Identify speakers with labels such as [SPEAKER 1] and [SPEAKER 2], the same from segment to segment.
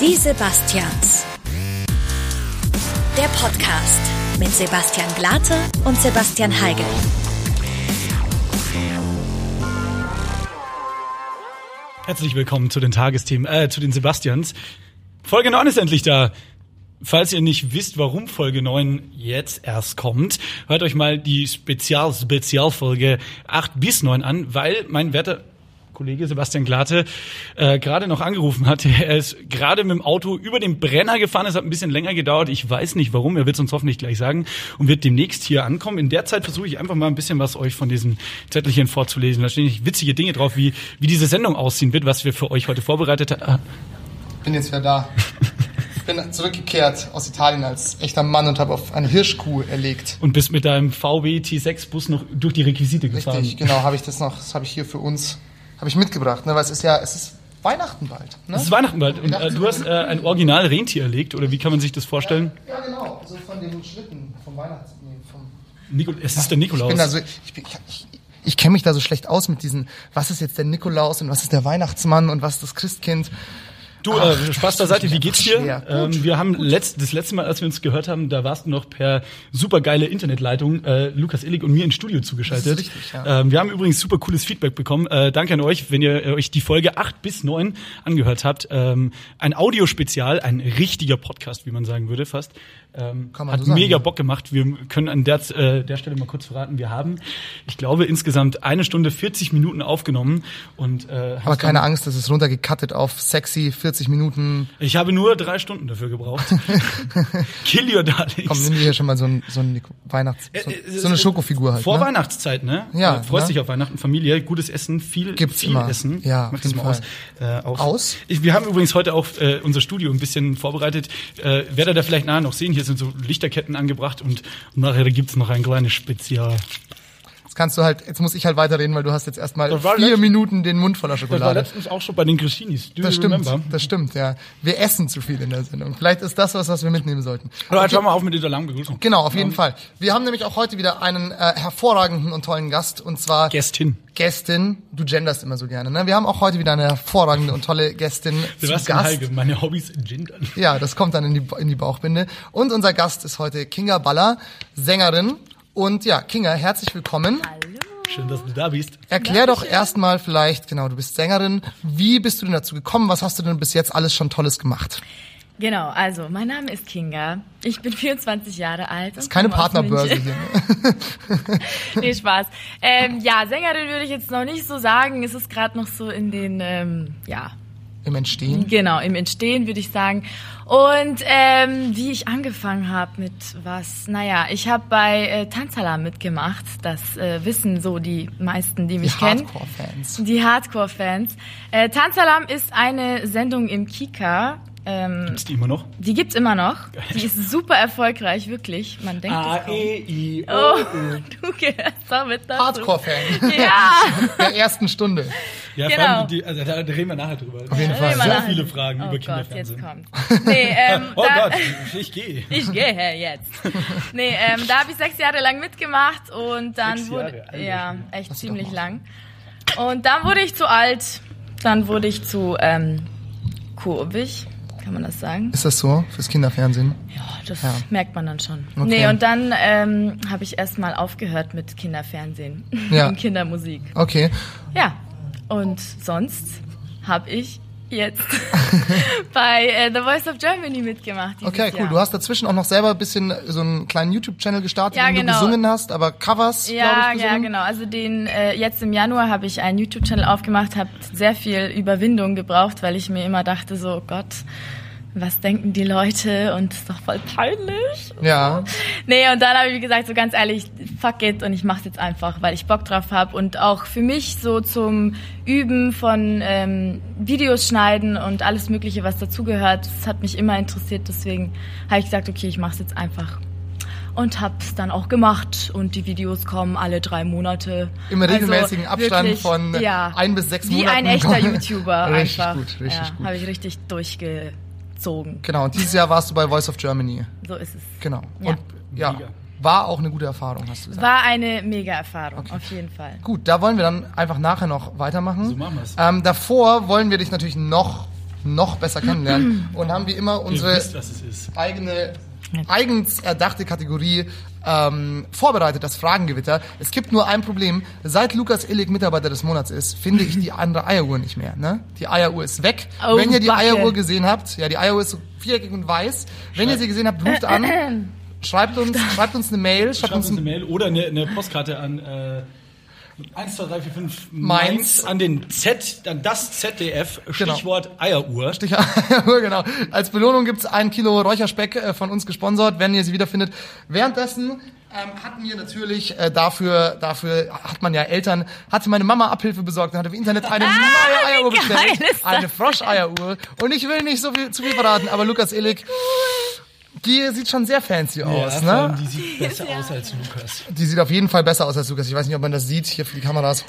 [SPEAKER 1] Die Sebastians. Der Podcast mit Sebastian Glate und Sebastian Heigel.
[SPEAKER 2] Herzlich willkommen zu den Tagesthemen, äh, zu den Sebastians. Folge 9 ist endlich da. Falls ihr nicht wisst, warum Folge 9 jetzt erst kommt, hört euch mal die Spezial-Spezialfolge 8 bis 9 an, weil mein werter Kollege Sebastian Glate äh, gerade noch angerufen hat. Er ist gerade mit dem Auto über den Brenner gefahren. Es hat ein bisschen länger gedauert. Ich weiß nicht warum. Er wird es uns hoffentlich gleich sagen und wird demnächst hier ankommen. In der Zeit versuche ich einfach mal ein bisschen was euch von diesen Zettelchen vorzulesen. Da stehen nicht witzige Dinge drauf, wie, wie diese Sendung aussehen wird, was wir für euch heute vorbereitet haben.
[SPEAKER 3] bin jetzt wieder da. Ich bin zurückgekehrt aus Italien als echter Mann und habe auf eine Hirschkuh erlegt.
[SPEAKER 2] Und bist mit deinem VW T6-Bus noch durch die Requisite gefahren.
[SPEAKER 3] Richtig, genau, habe ich das noch, das habe ich hier für uns, habe ich mitgebracht, ne, weil es ist ja, es ist Weihnachten bald, ne?
[SPEAKER 2] Es ist Weihnachten bald und äh, du hast äh, ein original Rentier erlegt, oder wie kann man sich das vorstellen?
[SPEAKER 3] Ja, genau, so von den Schlitten, vom Weihnachts, nee, vom
[SPEAKER 2] Nico, es ist der
[SPEAKER 3] Ich
[SPEAKER 2] Nikolaus.
[SPEAKER 3] bin da so, ich bin, ich, ich, ich kenne mich da so schlecht aus mit diesen, was ist jetzt der Nikolaus und was ist der Weihnachtsmann und was ist das Christkind?
[SPEAKER 2] Du, äh, Spaß beiseite, wie geht's dir? Ähm, wir haben letzt, das letzte Mal, als wir uns gehört haben, da warst du noch per supergeile Internetleitung äh, Lukas Illig und mir ins Studio zugeschaltet.
[SPEAKER 3] Das ist richtig, ja.
[SPEAKER 2] ähm, wir haben übrigens super cooles Feedback bekommen. Äh, danke an euch, wenn ihr äh, euch die Folge 8 bis 9 angehört habt. Ähm, ein Audiospezial, ein richtiger Podcast, wie man sagen würde fast. Ähm,
[SPEAKER 3] Kann man
[SPEAKER 2] hat
[SPEAKER 3] so sagen,
[SPEAKER 2] mega
[SPEAKER 3] ja.
[SPEAKER 2] Bock gemacht. Wir können an der, äh, der Stelle mal kurz verraten, wir haben, ich glaube, insgesamt eine Stunde 40 Minuten aufgenommen und äh,
[SPEAKER 3] Aber keine Angst, das ist runtergecuttet auf sexy 40 Minuten.
[SPEAKER 2] Ich habe nur drei Stunden dafür gebraucht. Kill your darlings. Äh,
[SPEAKER 3] Komm, nimm dir hier schon mal so ein, so ein Nico- Weihnachts, so, so eine Schokofigur halt.
[SPEAKER 2] Vor
[SPEAKER 3] ne?
[SPEAKER 2] Weihnachtszeit, ne?
[SPEAKER 3] Ja,
[SPEAKER 2] Äh, Freust
[SPEAKER 3] ne?
[SPEAKER 2] dich auf Weihnachten, Familie, gutes Essen, viel,
[SPEAKER 3] Gibt's
[SPEAKER 2] viel
[SPEAKER 3] immer.
[SPEAKER 2] Essen.
[SPEAKER 3] Ja,
[SPEAKER 2] Mach
[SPEAKER 3] auf
[SPEAKER 2] das
[SPEAKER 3] jeden
[SPEAKER 2] mal aus. Äh, auf.
[SPEAKER 3] Aus?
[SPEAKER 2] Ich, wir haben übrigens heute auch äh, unser Studio ein bisschen vorbereitet. Äh, werdet ihr vielleicht nachher noch sehen. Hier sind so Lichterketten angebracht und nachher gibt's noch ein kleines Spezial.
[SPEAKER 3] Jetzt kannst du halt, jetzt muss ich halt weiterreden, weil du hast jetzt erstmal
[SPEAKER 2] Das war
[SPEAKER 3] vier
[SPEAKER 2] letzt-
[SPEAKER 3] Minuten den Mund voller
[SPEAKER 2] Das war
[SPEAKER 3] Schokolade.
[SPEAKER 2] letztens auch schon bei den Crescinis. Do
[SPEAKER 3] Das
[SPEAKER 2] you
[SPEAKER 3] stimmt,
[SPEAKER 2] remember?
[SPEAKER 3] das stimmt, ja. Wir essen zu viel in der Sendung. Vielleicht ist das was, was wir mitnehmen sollten.
[SPEAKER 2] Aber jetzt hör mal auf mit dieser Ähm, langen Begrüßung.
[SPEAKER 3] Genau, auf jeden Fall. Wir haben nämlich auch heute wieder einen äh, hervorragenden und tollen Gast, und zwar
[SPEAKER 2] Gästin.
[SPEAKER 3] Gästin. Du genderst immer so gerne, ne? Wir haben auch heute wieder eine hervorragende und tolle Gästin zu
[SPEAKER 2] Sebastian
[SPEAKER 3] Gast.
[SPEAKER 2] Heige, meine Hobbys gendern.
[SPEAKER 3] Ja, das kommt dann in die, Ba- in die Bauchbinde. Und unser Gast ist heute Kinga Baller, Sängerin. Und ja, Kinga, herzlich willkommen.
[SPEAKER 2] Schön, dass du da bist.
[SPEAKER 3] Erklär doch erstmal vielleicht, genau, du bist Sängerin. Wie bist du denn dazu gekommen? Was hast du denn bis jetzt alles schon Tolles gemacht?
[SPEAKER 4] Genau, also mein Name ist Kinga. Ich bin 24 Jahre alt. Das ist
[SPEAKER 3] Keine Partnerbörse hier. ne?
[SPEAKER 4] nee, Spaß. Ähm, ja, Sängerin würde ich jetzt noch nicht so sagen. Es ist gerade noch so in den, ähm, ja,
[SPEAKER 3] Im Entstehen.
[SPEAKER 4] genau, im Entstehen würde ich sagen. Und ähm, wie ich angefangen habe mit was, naja, ich habe bei äh, Tanzala mitgemacht. Das äh, wissen so die meisten, die
[SPEAKER 3] Die
[SPEAKER 4] mich kennen.
[SPEAKER 3] Hardcore-Fans.
[SPEAKER 4] Die Hardcore-Fans. Äh, Tanzalam ist eine Sendung im Kika. Ähm,
[SPEAKER 2] Ist die immer noch?
[SPEAKER 4] Die gibt's immer noch. Die ist super erfolgreich, wirklich. Man denkt
[SPEAKER 2] Ah,
[SPEAKER 4] es kaum.
[SPEAKER 2] eh. I,
[SPEAKER 4] Oh, du gehörst damit dazu.
[SPEAKER 3] Hardcore-Fan.
[SPEAKER 4] Ja,
[SPEAKER 3] Der ersten Stunde.
[SPEAKER 2] Ja,
[SPEAKER 4] Genau.
[SPEAKER 2] vor allem, die, also, da da reden wir nachher drüber. Auf
[SPEAKER 3] jeden Fall.
[SPEAKER 2] So
[SPEAKER 3] Reden wir
[SPEAKER 2] viele Fragen
[SPEAKER 4] oh
[SPEAKER 2] über
[SPEAKER 4] Gott, jetzt
[SPEAKER 2] Kinderfernsehen.
[SPEAKER 4] kommt. Nee, ähm,
[SPEAKER 2] Oh
[SPEAKER 4] da,
[SPEAKER 2] Gott, ich gehe.
[SPEAKER 4] Ich gehe jetzt. Nee, ähm, da habe ich sechs Jahre lang mitgemacht und dann
[SPEAKER 2] Sechs
[SPEAKER 4] wurde
[SPEAKER 2] Jahre, also Alter,
[SPEAKER 4] ja echt
[SPEAKER 3] Hast du
[SPEAKER 4] ziemlich
[SPEAKER 3] doch
[SPEAKER 4] lang. Und dann wurde ich zu alt. Dann wurde ich zu ähm, kurvig, kann man das sagen?
[SPEAKER 3] Ist das so fürs Kinderfernsehen?
[SPEAKER 4] Ja, Oh, das
[SPEAKER 3] Ja.
[SPEAKER 4] merkt man dann schon.
[SPEAKER 3] Okay.
[SPEAKER 4] Nee, und dann ähm, habe ich erstmal aufgehört mit Kinderfernsehen
[SPEAKER 3] Ja.
[SPEAKER 4] und Kindermusik.
[SPEAKER 3] Okay.
[SPEAKER 4] Ja, und sonst habe ich jetzt bei äh, The Voice of Germany mitgemacht. dieses
[SPEAKER 3] Okay, cool.
[SPEAKER 4] Jahr.
[SPEAKER 3] Du hast dazwischen auch noch selber ein bisschen so einen kleinen YouTube-Channel gestartet,
[SPEAKER 4] Ja,
[SPEAKER 3] den
[SPEAKER 4] genau.
[SPEAKER 3] du gesungen hast, aber Covers,
[SPEAKER 4] ja,
[SPEAKER 3] glaube ich,
[SPEAKER 4] ja,
[SPEAKER 3] gesungen.
[SPEAKER 4] genau. Also den äh, jetzt im Januar habe ich einen YouTube-Channel aufgemacht, habe sehr viel Überwindung gebraucht, weil ich mir immer dachte so, oh Gott, was denken die Leute und ist doch voll peinlich.
[SPEAKER 3] Ja,
[SPEAKER 4] Nee, und dann habe ich gesagt, so ganz ehrlich, fuck it und ich mach's jetzt einfach, weil ich Bock drauf habe und auch für mich so zum Üben von ähm, Videos schneiden und alles mögliche, was dazugehört, das hat mich immer interessiert, deswegen habe ich gesagt, okay, ich mach's jetzt einfach. Und hab's dann auch gemacht und die Videos kommen alle drei Monate.
[SPEAKER 3] im regelmäßigen
[SPEAKER 4] Also
[SPEAKER 3] Abstand
[SPEAKER 4] wirklich,
[SPEAKER 3] von
[SPEAKER 4] ja,
[SPEAKER 3] ein bis sechs
[SPEAKER 4] Wie
[SPEAKER 3] Monaten.
[SPEAKER 4] ein echter YouTuber
[SPEAKER 3] Richtig
[SPEAKER 4] einfach.
[SPEAKER 3] gut, richtig
[SPEAKER 4] ja,
[SPEAKER 3] gut.
[SPEAKER 4] Habe ich richtig durchgezogen.
[SPEAKER 3] Genau, und dieses Jahr warst du bei Voice of Germany.
[SPEAKER 4] So ist es.
[SPEAKER 3] Genau.
[SPEAKER 4] Ja.
[SPEAKER 3] Und ja,
[SPEAKER 2] Mega.
[SPEAKER 3] war auch eine gute Erfahrung, hast du gesagt.
[SPEAKER 4] War eine Mega-Erfahrung, auf jeden Fall.
[SPEAKER 3] Gut, da wollen wir dann einfach nachher noch weitermachen.
[SPEAKER 2] So machen wir's.
[SPEAKER 3] Ähm, davor wollen wir dich natürlich noch noch besser kennenlernen
[SPEAKER 4] Mhm.
[SPEAKER 3] und haben wir immer
[SPEAKER 2] Ihr
[SPEAKER 3] unsere
[SPEAKER 2] wisst, was es ist.
[SPEAKER 3] eigene eigens erdachte Kategorie ähm, vorbereitet, das Fragengewitter. Es gibt nur ein Problem. Seit Lukas Illig Mitarbeiter des Monats ist, finde ich die andere Eieruhr nicht mehr. Ne? Die Eieruhr ist weg.
[SPEAKER 4] Oh,
[SPEAKER 3] Wenn ihr die
[SPEAKER 4] Backe.
[SPEAKER 3] Eieruhr gesehen habt, ja, die Eieruhr ist so viereckig und weiß. Wenn ihr sie gesehen habt, ruft an, schreibt uns, schreibt uns eine Mail, schreibt,
[SPEAKER 2] Schreibt uns eine
[SPEAKER 3] uns
[SPEAKER 2] Mail oder eine, eine Postkarte an äh, 1, 2, 3, 4, 5
[SPEAKER 3] Mainz. Genau.
[SPEAKER 2] an den Z, an das ZDF, Stichwort Eieruhr.
[SPEAKER 3] Sticher. genau. Als Belohnung gibt's ein Kilo Räucherspeck äh, von uns gesponsert, wenn ihr sie wiederfindet. Währenddessen ähm, hatten wir natürlich äh, dafür, dafür hat man ja Eltern, hatte meine Mama Abhilfe besorgt und hat im Internet eine neue Eieruhr
[SPEAKER 4] Ah, geil
[SPEAKER 3] bestellt.
[SPEAKER 4] ist das?
[SPEAKER 3] Eine Froscheieruhr. Und ich will nicht so viel, zu viel verraten, aber Lukas Illig, die sieht schon sehr fancy aus,
[SPEAKER 2] vor allem,
[SPEAKER 3] ne?
[SPEAKER 2] die sieht besser aus als Lukas.
[SPEAKER 3] Die sieht auf jeden Fall besser aus als Lukas. Ich weiß nicht, ob man das sieht hier für die Kameras.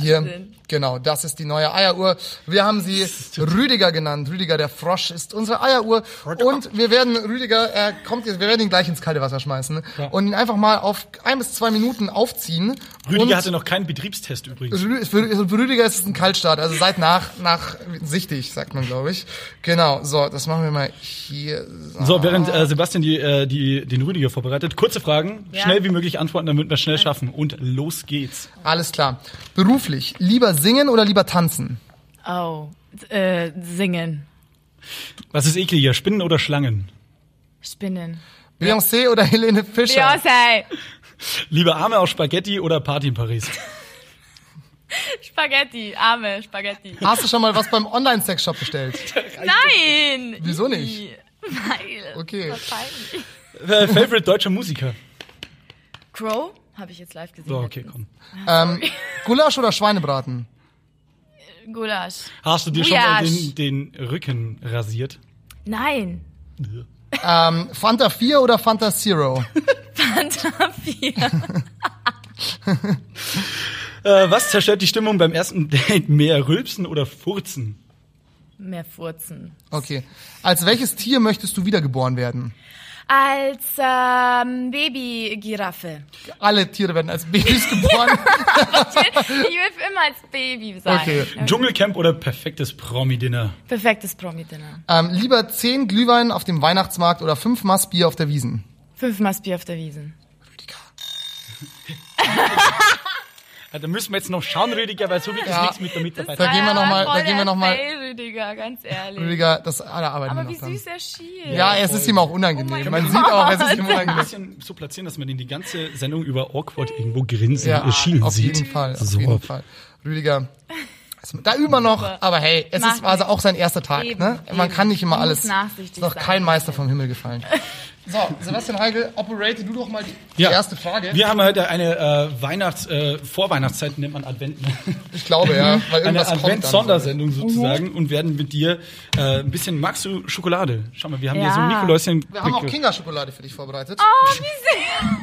[SPEAKER 3] Hier,
[SPEAKER 4] Wahnsinn.
[SPEAKER 3] genau, das ist die neue Eieruhr. Wir haben sie Rüdiger genannt. Rüdiger der Frosch ist unsere Eieruhr. Und wir werden Rüdiger, er kommt jetzt, wir werden ihn gleich ins kalte Wasser schmeißen und ihn einfach mal auf ein bis zwei Minuten aufziehen.
[SPEAKER 2] Rüdiger
[SPEAKER 3] und
[SPEAKER 2] hatte noch keinen Betriebstest übrigens.
[SPEAKER 3] Rü- für, für Rüdiger ist es ein Kaltstart, also seid nach, nach sichtig, sagt man, glaube ich. Genau, so, das machen wir mal hier. Ah.
[SPEAKER 2] So, während äh, Sebastian die, äh, die, den Rüdiger vorbereitet, kurze Fragen,
[SPEAKER 4] Ja.
[SPEAKER 2] schnell wie möglich antworten, damit wir es schnell schaffen. Und los geht's.
[SPEAKER 3] Alles klar. Beruflich, lieber singen oder lieber tanzen?
[SPEAKER 4] Oh, äh, singen.
[SPEAKER 2] Was ist ekliger, Spinnen oder Schlangen?
[SPEAKER 4] Spinnen.
[SPEAKER 3] Beyoncé oder Helene Fischer?
[SPEAKER 4] Beyoncé.
[SPEAKER 2] Lieber Arme aus Spaghetti oder Party in Paris?
[SPEAKER 4] Spaghetti, arme Spaghetti.
[SPEAKER 3] Hast du schon mal was beim Online-Sex-Shop bestellt?
[SPEAKER 4] Nein!
[SPEAKER 3] Wieso nicht?
[SPEAKER 4] Weil.
[SPEAKER 3] Okay.
[SPEAKER 4] das war peinlich.
[SPEAKER 2] äh, favorite deutscher Musiker?
[SPEAKER 4] Crow habe ich jetzt live gesehen.
[SPEAKER 2] So, okay, komm.
[SPEAKER 3] Ähm, Gulasch oder Schweinebraten?
[SPEAKER 4] Gulasch.
[SPEAKER 2] Hast du dir schon mal
[SPEAKER 4] Gulasch.
[SPEAKER 2] den, den Rücken rasiert?
[SPEAKER 4] Nein.
[SPEAKER 3] Ähm, Fanta 4 oder Fanta Zero?
[SPEAKER 4] Fanta 4.
[SPEAKER 2] Äh, was zerstört die Stimmung beim ersten Date? Mehr Rülpsen oder Furzen?
[SPEAKER 4] Mehr Furzen.
[SPEAKER 3] Okay. Als welches Tier möchtest du wiedergeboren werden?
[SPEAKER 4] Als ähm, Baby-Giraffe.
[SPEAKER 3] Alle Tiere werden als Babys geboren.
[SPEAKER 4] Ich will für immer als Baby sein.
[SPEAKER 3] Okay.
[SPEAKER 2] Dschungelcamp oder perfektes Promi-Dinner?
[SPEAKER 4] Perfektes Promi-Dinner.
[SPEAKER 3] ähm, lieber 10 Glühwein auf dem Weihnachtsmarkt oder 5 Maß Bier auf der Wiesen?
[SPEAKER 4] Fünfmal Bier auf der Wiesen.
[SPEAKER 2] Ja, da müssen wir jetzt noch schauen, Rüdiger, weil so viel
[SPEAKER 3] Ja.
[SPEAKER 2] ist nichts mit der Mitarbeit.
[SPEAKER 3] Da gehen wir noch mal-
[SPEAKER 4] Voll
[SPEAKER 3] da gehen wir noch mal-
[SPEAKER 4] der Fail, Rüdiger, ganz ehrlich.
[SPEAKER 3] Rüdiger, das alle arbeiten wir noch
[SPEAKER 4] Aber wie
[SPEAKER 3] dran.
[SPEAKER 4] süß er schien.
[SPEAKER 3] Ja, es ist ihm auch unangenehm.
[SPEAKER 4] mein
[SPEAKER 3] Man sieht auch, es ist ihm
[SPEAKER 2] ein
[SPEAKER 3] unangenehm.
[SPEAKER 2] bisschen so platzieren, dass man ihn die ganze Sendung über awkward irgendwo grinsen,
[SPEAKER 3] Ja,
[SPEAKER 2] ja, schielen
[SPEAKER 3] auf
[SPEAKER 2] Äh, sieht.
[SPEAKER 3] jeden Fall, auf
[SPEAKER 2] so.
[SPEAKER 3] jeden Fall. Rüdiger, also, da üben wir noch, aber hey, es
[SPEAKER 4] Macht
[SPEAKER 3] ist also auch sein erster Tag.
[SPEAKER 4] Eben,
[SPEAKER 3] ne? Man
[SPEAKER 4] eben.
[SPEAKER 3] kann nicht immer
[SPEAKER 4] Man
[SPEAKER 3] alles,
[SPEAKER 4] muss nachsichtig
[SPEAKER 3] ist noch
[SPEAKER 4] sein.
[SPEAKER 3] kein Meister vom Himmel gefallen. So, Sebastian Heigl, operate du doch mal die, die
[SPEAKER 2] Ja.
[SPEAKER 3] erste Frage.
[SPEAKER 2] Wir haben heute eine äh, Weihnachts-, äh, Vorweihnachtszeit, nennt man Advent, ne?
[SPEAKER 3] Ich glaube, ja, weil
[SPEAKER 2] eine
[SPEAKER 3] irgendwas kommt dann.
[SPEAKER 2] Advent-Sondersendung sozusagen und werden mit dir äh, ein bisschen, magst du Schokolade? Schau mal, wir haben hier so ein
[SPEAKER 4] Ja.
[SPEAKER 2] Nikoläuschen.
[SPEAKER 3] Wir haben auch Kinderschokolade für dich vorbereitet.
[SPEAKER 4] Oh, wie sehr.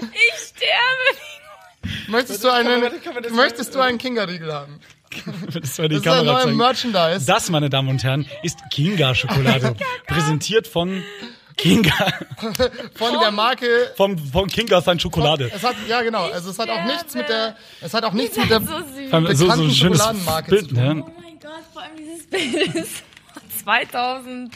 [SPEAKER 4] Ich sterbe.
[SPEAKER 3] möchtest, du einen,
[SPEAKER 2] man- kann man das-
[SPEAKER 3] möchtest du einen Kinderriegel haben?
[SPEAKER 2] das war die
[SPEAKER 3] Das ist ein
[SPEAKER 2] Kamera
[SPEAKER 3] neuer
[SPEAKER 2] zeigen.
[SPEAKER 3] Merchandise.
[SPEAKER 2] Das, meine Damen und Herren, ist Kinga-Schokolade. präsentiert von Kinga,
[SPEAKER 3] Von der Marke.
[SPEAKER 2] vom, von Kinga sein Schokolade.
[SPEAKER 3] Es hat, ja, genau. Also es hat auch nichts mit der, es hat auch nichts mit der,
[SPEAKER 4] Das ist so süß.
[SPEAKER 2] So, so ein schönes
[SPEAKER 3] Schokoladenmarke
[SPEAKER 2] Bild,
[SPEAKER 3] zu tun.
[SPEAKER 2] ne?
[SPEAKER 4] Oh mein Gott, vor allem dieses Bild ist von 2002.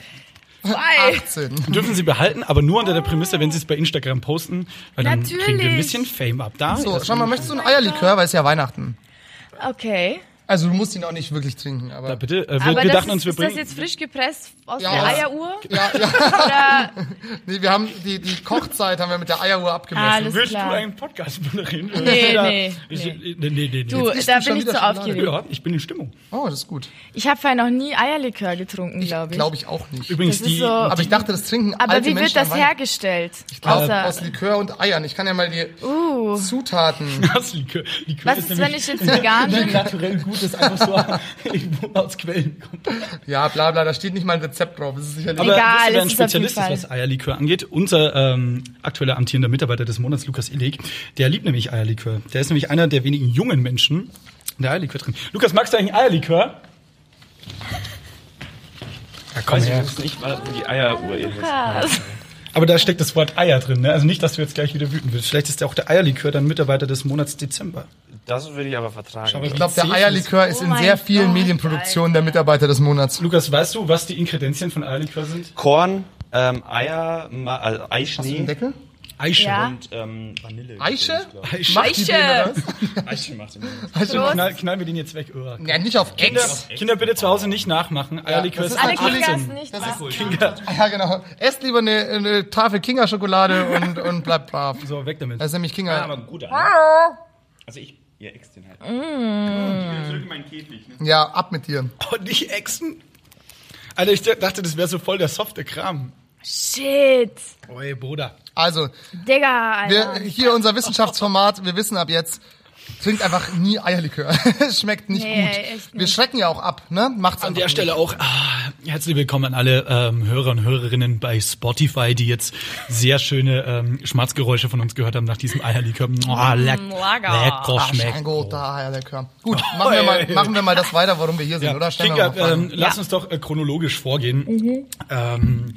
[SPEAKER 3] 18.
[SPEAKER 2] Dürfen Sie behalten, aber nur unter der Prämisse, wenn Sie es bei Instagram posten, weil dann
[SPEAKER 4] Natürlich.
[SPEAKER 2] kriegen wir ein bisschen Fame ab. Da
[SPEAKER 3] So,
[SPEAKER 2] das-
[SPEAKER 3] schau mal, möchtest du ein Eierlikör? Weil es ist ja Weihnachten.
[SPEAKER 4] Okay.
[SPEAKER 3] Also du musst ihn auch nicht wirklich trinken, aber.
[SPEAKER 2] da bitte. Äh, wir wir
[SPEAKER 4] Aber das
[SPEAKER 2] dachten
[SPEAKER 4] ist,
[SPEAKER 2] uns, wir
[SPEAKER 4] ist das
[SPEAKER 2] bringen.
[SPEAKER 4] jetzt frisch gepresst aus
[SPEAKER 3] Ja.
[SPEAKER 4] der Eieruhr?
[SPEAKER 3] Ja, ja.
[SPEAKER 4] Oder,
[SPEAKER 3] Nee, wir haben die, die Kochzeit haben wir mit der Eieruhr abgemessen.
[SPEAKER 4] alles
[SPEAKER 2] Willst du
[SPEAKER 4] klar.
[SPEAKER 2] einen Podcast moderieren?
[SPEAKER 4] Nee,
[SPEAKER 2] Ja,
[SPEAKER 4] nee,
[SPEAKER 2] ich,
[SPEAKER 4] nee.
[SPEAKER 2] nee, nee, nee, nee.
[SPEAKER 4] Du,
[SPEAKER 3] isst
[SPEAKER 4] da
[SPEAKER 3] du schon
[SPEAKER 4] bin ich
[SPEAKER 3] wieder
[SPEAKER 4] zu
[SPEAKER 3] Schokolade.
[SPEAKER 4] aufgeregt.
[SPEAKER 2] ja, ich bin in Stimmung.
[SPEAKER 3] Oh, das ist gut.
[SPEAKER 4] Ich habe vorher noch nie Eierlikör getrunken, glaube ich.
[SPEAKER 3] Glaube ich auch nicht.
[SPEAKER 2] Übrigens,
[SPEAKER 4] Das ist
[SPEAKER 2] die,
[SPEAKER 4] so-
[SPEAKER 3] Aber ich dachte, das trinken
[SPEAKER 4] Aber
[SPEAKER 3] alte
[SPEAKER 4] wie
[SPEAKER 3] Menschen
[SPEAKER 4] wird das
[SPEAKER 3] am Weihnachten.
[SPEAKER 4] hergestellt?
[SPEAKER 3] Aus,
[SPEAKER 4] Außer-
[SPEAKER 3] aus Likör und Eiern. Ich kann ja mal die
[SPEAKER 4] Uh.
[SPEAKER 3] Zutaten.
[SPEAKER 2] das Likör, Likör
[SPEAKER 4] Was ist, wenn
[SPEAKER 2] nämlich
[SPEAKER 4] ich jetzt vegan bin?
[SPEAKER 2] naturell gut, das einfach so irgendwo aus Quellen kommt.
[SPEAKER 3] Ja, bla bla, da steht nicht mal ein Rezept drauf. Das ist sicherlich.
[SPEAKER 2] Aber
[SPEAKER 4] Egal,
[SPEAKER 2] wisst ihr, wer
[SPEAKER 4] es
[SPEAKER 2] ein
[SPEAKER 4] ist auf
[SPEAKER 2] Spezialist ist,
[SPEAKER 4] jeden
[SPEAKER 2] was Eierlikör angeht? Unser ähm, aktueller amtierender Mitarbeiter des Monats, Lukas Illig, der liebt nämlich Eierlikör. Der ist nämlich einer der wenigen jungen Menschen, der Eierlikör trinkt. Lukas, magst du eigentlich Eierlikör? Ja, komm
[SPEAKER 5] Weiß ich
[SPEAKER 2] her.
[SPEAKER 5] jetzt nicht, wo die Eieruhr ist.
[SPEAKER 4] Was?
[SPEAKER 2] Aber da steckt das Wort Eier drin, ne? Also nicht, dass du jetzt gleich wieder wütend wirst. Vielleicht ist ja auch der Eierlikör dann Mitarbeiter des Monats Dezember.
[SPEAKER 5] Das würde ich aber vertragen.
[SPEAKER 2] Schau mal,
[SPEAKER 3] Ich
[SPEAKER 5] Also.
[SPEAKER 3] glaube, der
[SPEAKER 2] Wie zieht
[SPEAKER 3] Eierlikör ist
[SPEAKER 4] Oh
[SPEAKER 3] in
[SPEAKER 4] mein
[SPEAKER 3] sehr vielen
[SPEAKER 4] Gott,
[SPEAKER 3] Medienproduktionen der Mitarbeiter des Monats.
[SPEAKER 2] Lukas, weißt du, was die Inkredenzien von Eierlikör sind?
[SPEAKER 5] Korn, ähm, Eier, Ma also
[SPEAKER 3] Hast du den
[SPEAKER 5] Eischnee
[SPEAKER 3] Deckel?
[SPEAKER 2] Eische.
[SPEAKER 4] Ja.
[SPEAKER 5] und ähm, Vanille.
[SPEAKER 3] Eiche?
[SPEAKER 2] Eische.
[SPEAKER 3] Macht die
[SPEAKER 4] Eiche.
[SPEAKER 3] Däne das?
[SPEAKER 5] Eiche macht immer.
[SPEAKER 3] Eiche.
[SPEAKER 4] Prost.
[SPEAKER 2] Knall, knallen wir den jetzt weg. Uah.
[SPEAKER 3] Ja, nicht auf
[SPEAKER 2] Kinder,
[SPEAKER 3] Ex.
[SPEAKER 2] Kinder, bitte zu Hause nicht nachmachen. Eierlikör
[SPEAKER 3] das
[SPEAKER 2] ist
[SPEAKER 3] ist
[SPEAKER 4] Alle
[SPEAKER 3] natürlich-
[SPEAKER 4] Kickers
[SPEAKER 2] Alkoholism.
[SPEAKER 4] nicht
[SPEAKER 3] Das
[SPEAKER 4] machen.
[SPEAKER 3] Ja, genau. Esst lieber eine, eine Tafel Kinga-Schokolade und, und bleibt brav.
[SPEAKER 2] So, weg damit.
[SPEAKER 3] Das ist nämlich
[SPEAKER 5] Ja,
[SPEAKER 3] Kinga.
[SPEAKER 5] aber gut an. Also ich, ihr ex den halt. Mm. Ich will zurück in meinen Käfig. Ne?
[SPEAKER 3] Ja, ab mit dir.
[SPEAKER 2] Oh, nicht Echsen? Alter, ich dachte, das wäre so voll der softe Kram.
[SPEAKER 4] Shit.
[SPEAKER 2] Oi, Bruder.
[SPEAKER 3] Also,
[SPEAKER 4] Digga,
[SPEAKER 3] wir,
[SPEAKER 4] Alter.
[SPEAKER 3] hier unser Wissenschaftsformat, wir wissen ab jetzt, trinkt einfach nie Eierlikör. Schmeckt nicht
[SPEAKER 4] Nee,
[SPEAKER 3] gut.
[SPEAKER 4] echt
[SPEAKER 3] Wir schrecken ja auch ab, ne? Macht's
[SPEAKER 2] An
[SPEAKER 3] einfach
[SPEAKER 2] der
[SPEAKER 3] nicht.
[SPEAKER 2] Stelle auch ah, herzlich willkommen an alle ähm, Hörer und Hörerinnen bei Spotify, die jetzt sehr schöne ähm, Schmatzgeräusche von uns gehört haben nach diesem Eierlikör. Oh, leck,
[SPEAKER 4] lecker.
[SPEAKER 2] lecker
[SPEAKER 3] Ah,
[SPEAKER 2] schmeckt.
[SPEAKER 3] Schein gut, da, Eierlikör. Gut, machen wir, mal, machen wir mal das weiter, warum wir hier sind,
[SPEAKER 2] Ja,
[SPEAKER 3] oder? Stellen wir
[SPEAKER 2] Kinga,
[SPEAKER 3] mal Fragen.
[SPEAKER 2] ähm, lass uns doch äh, chronologisch vorgehen.
[SPEAKER 4] Mhm.
[SPEAKER 2] Ähm,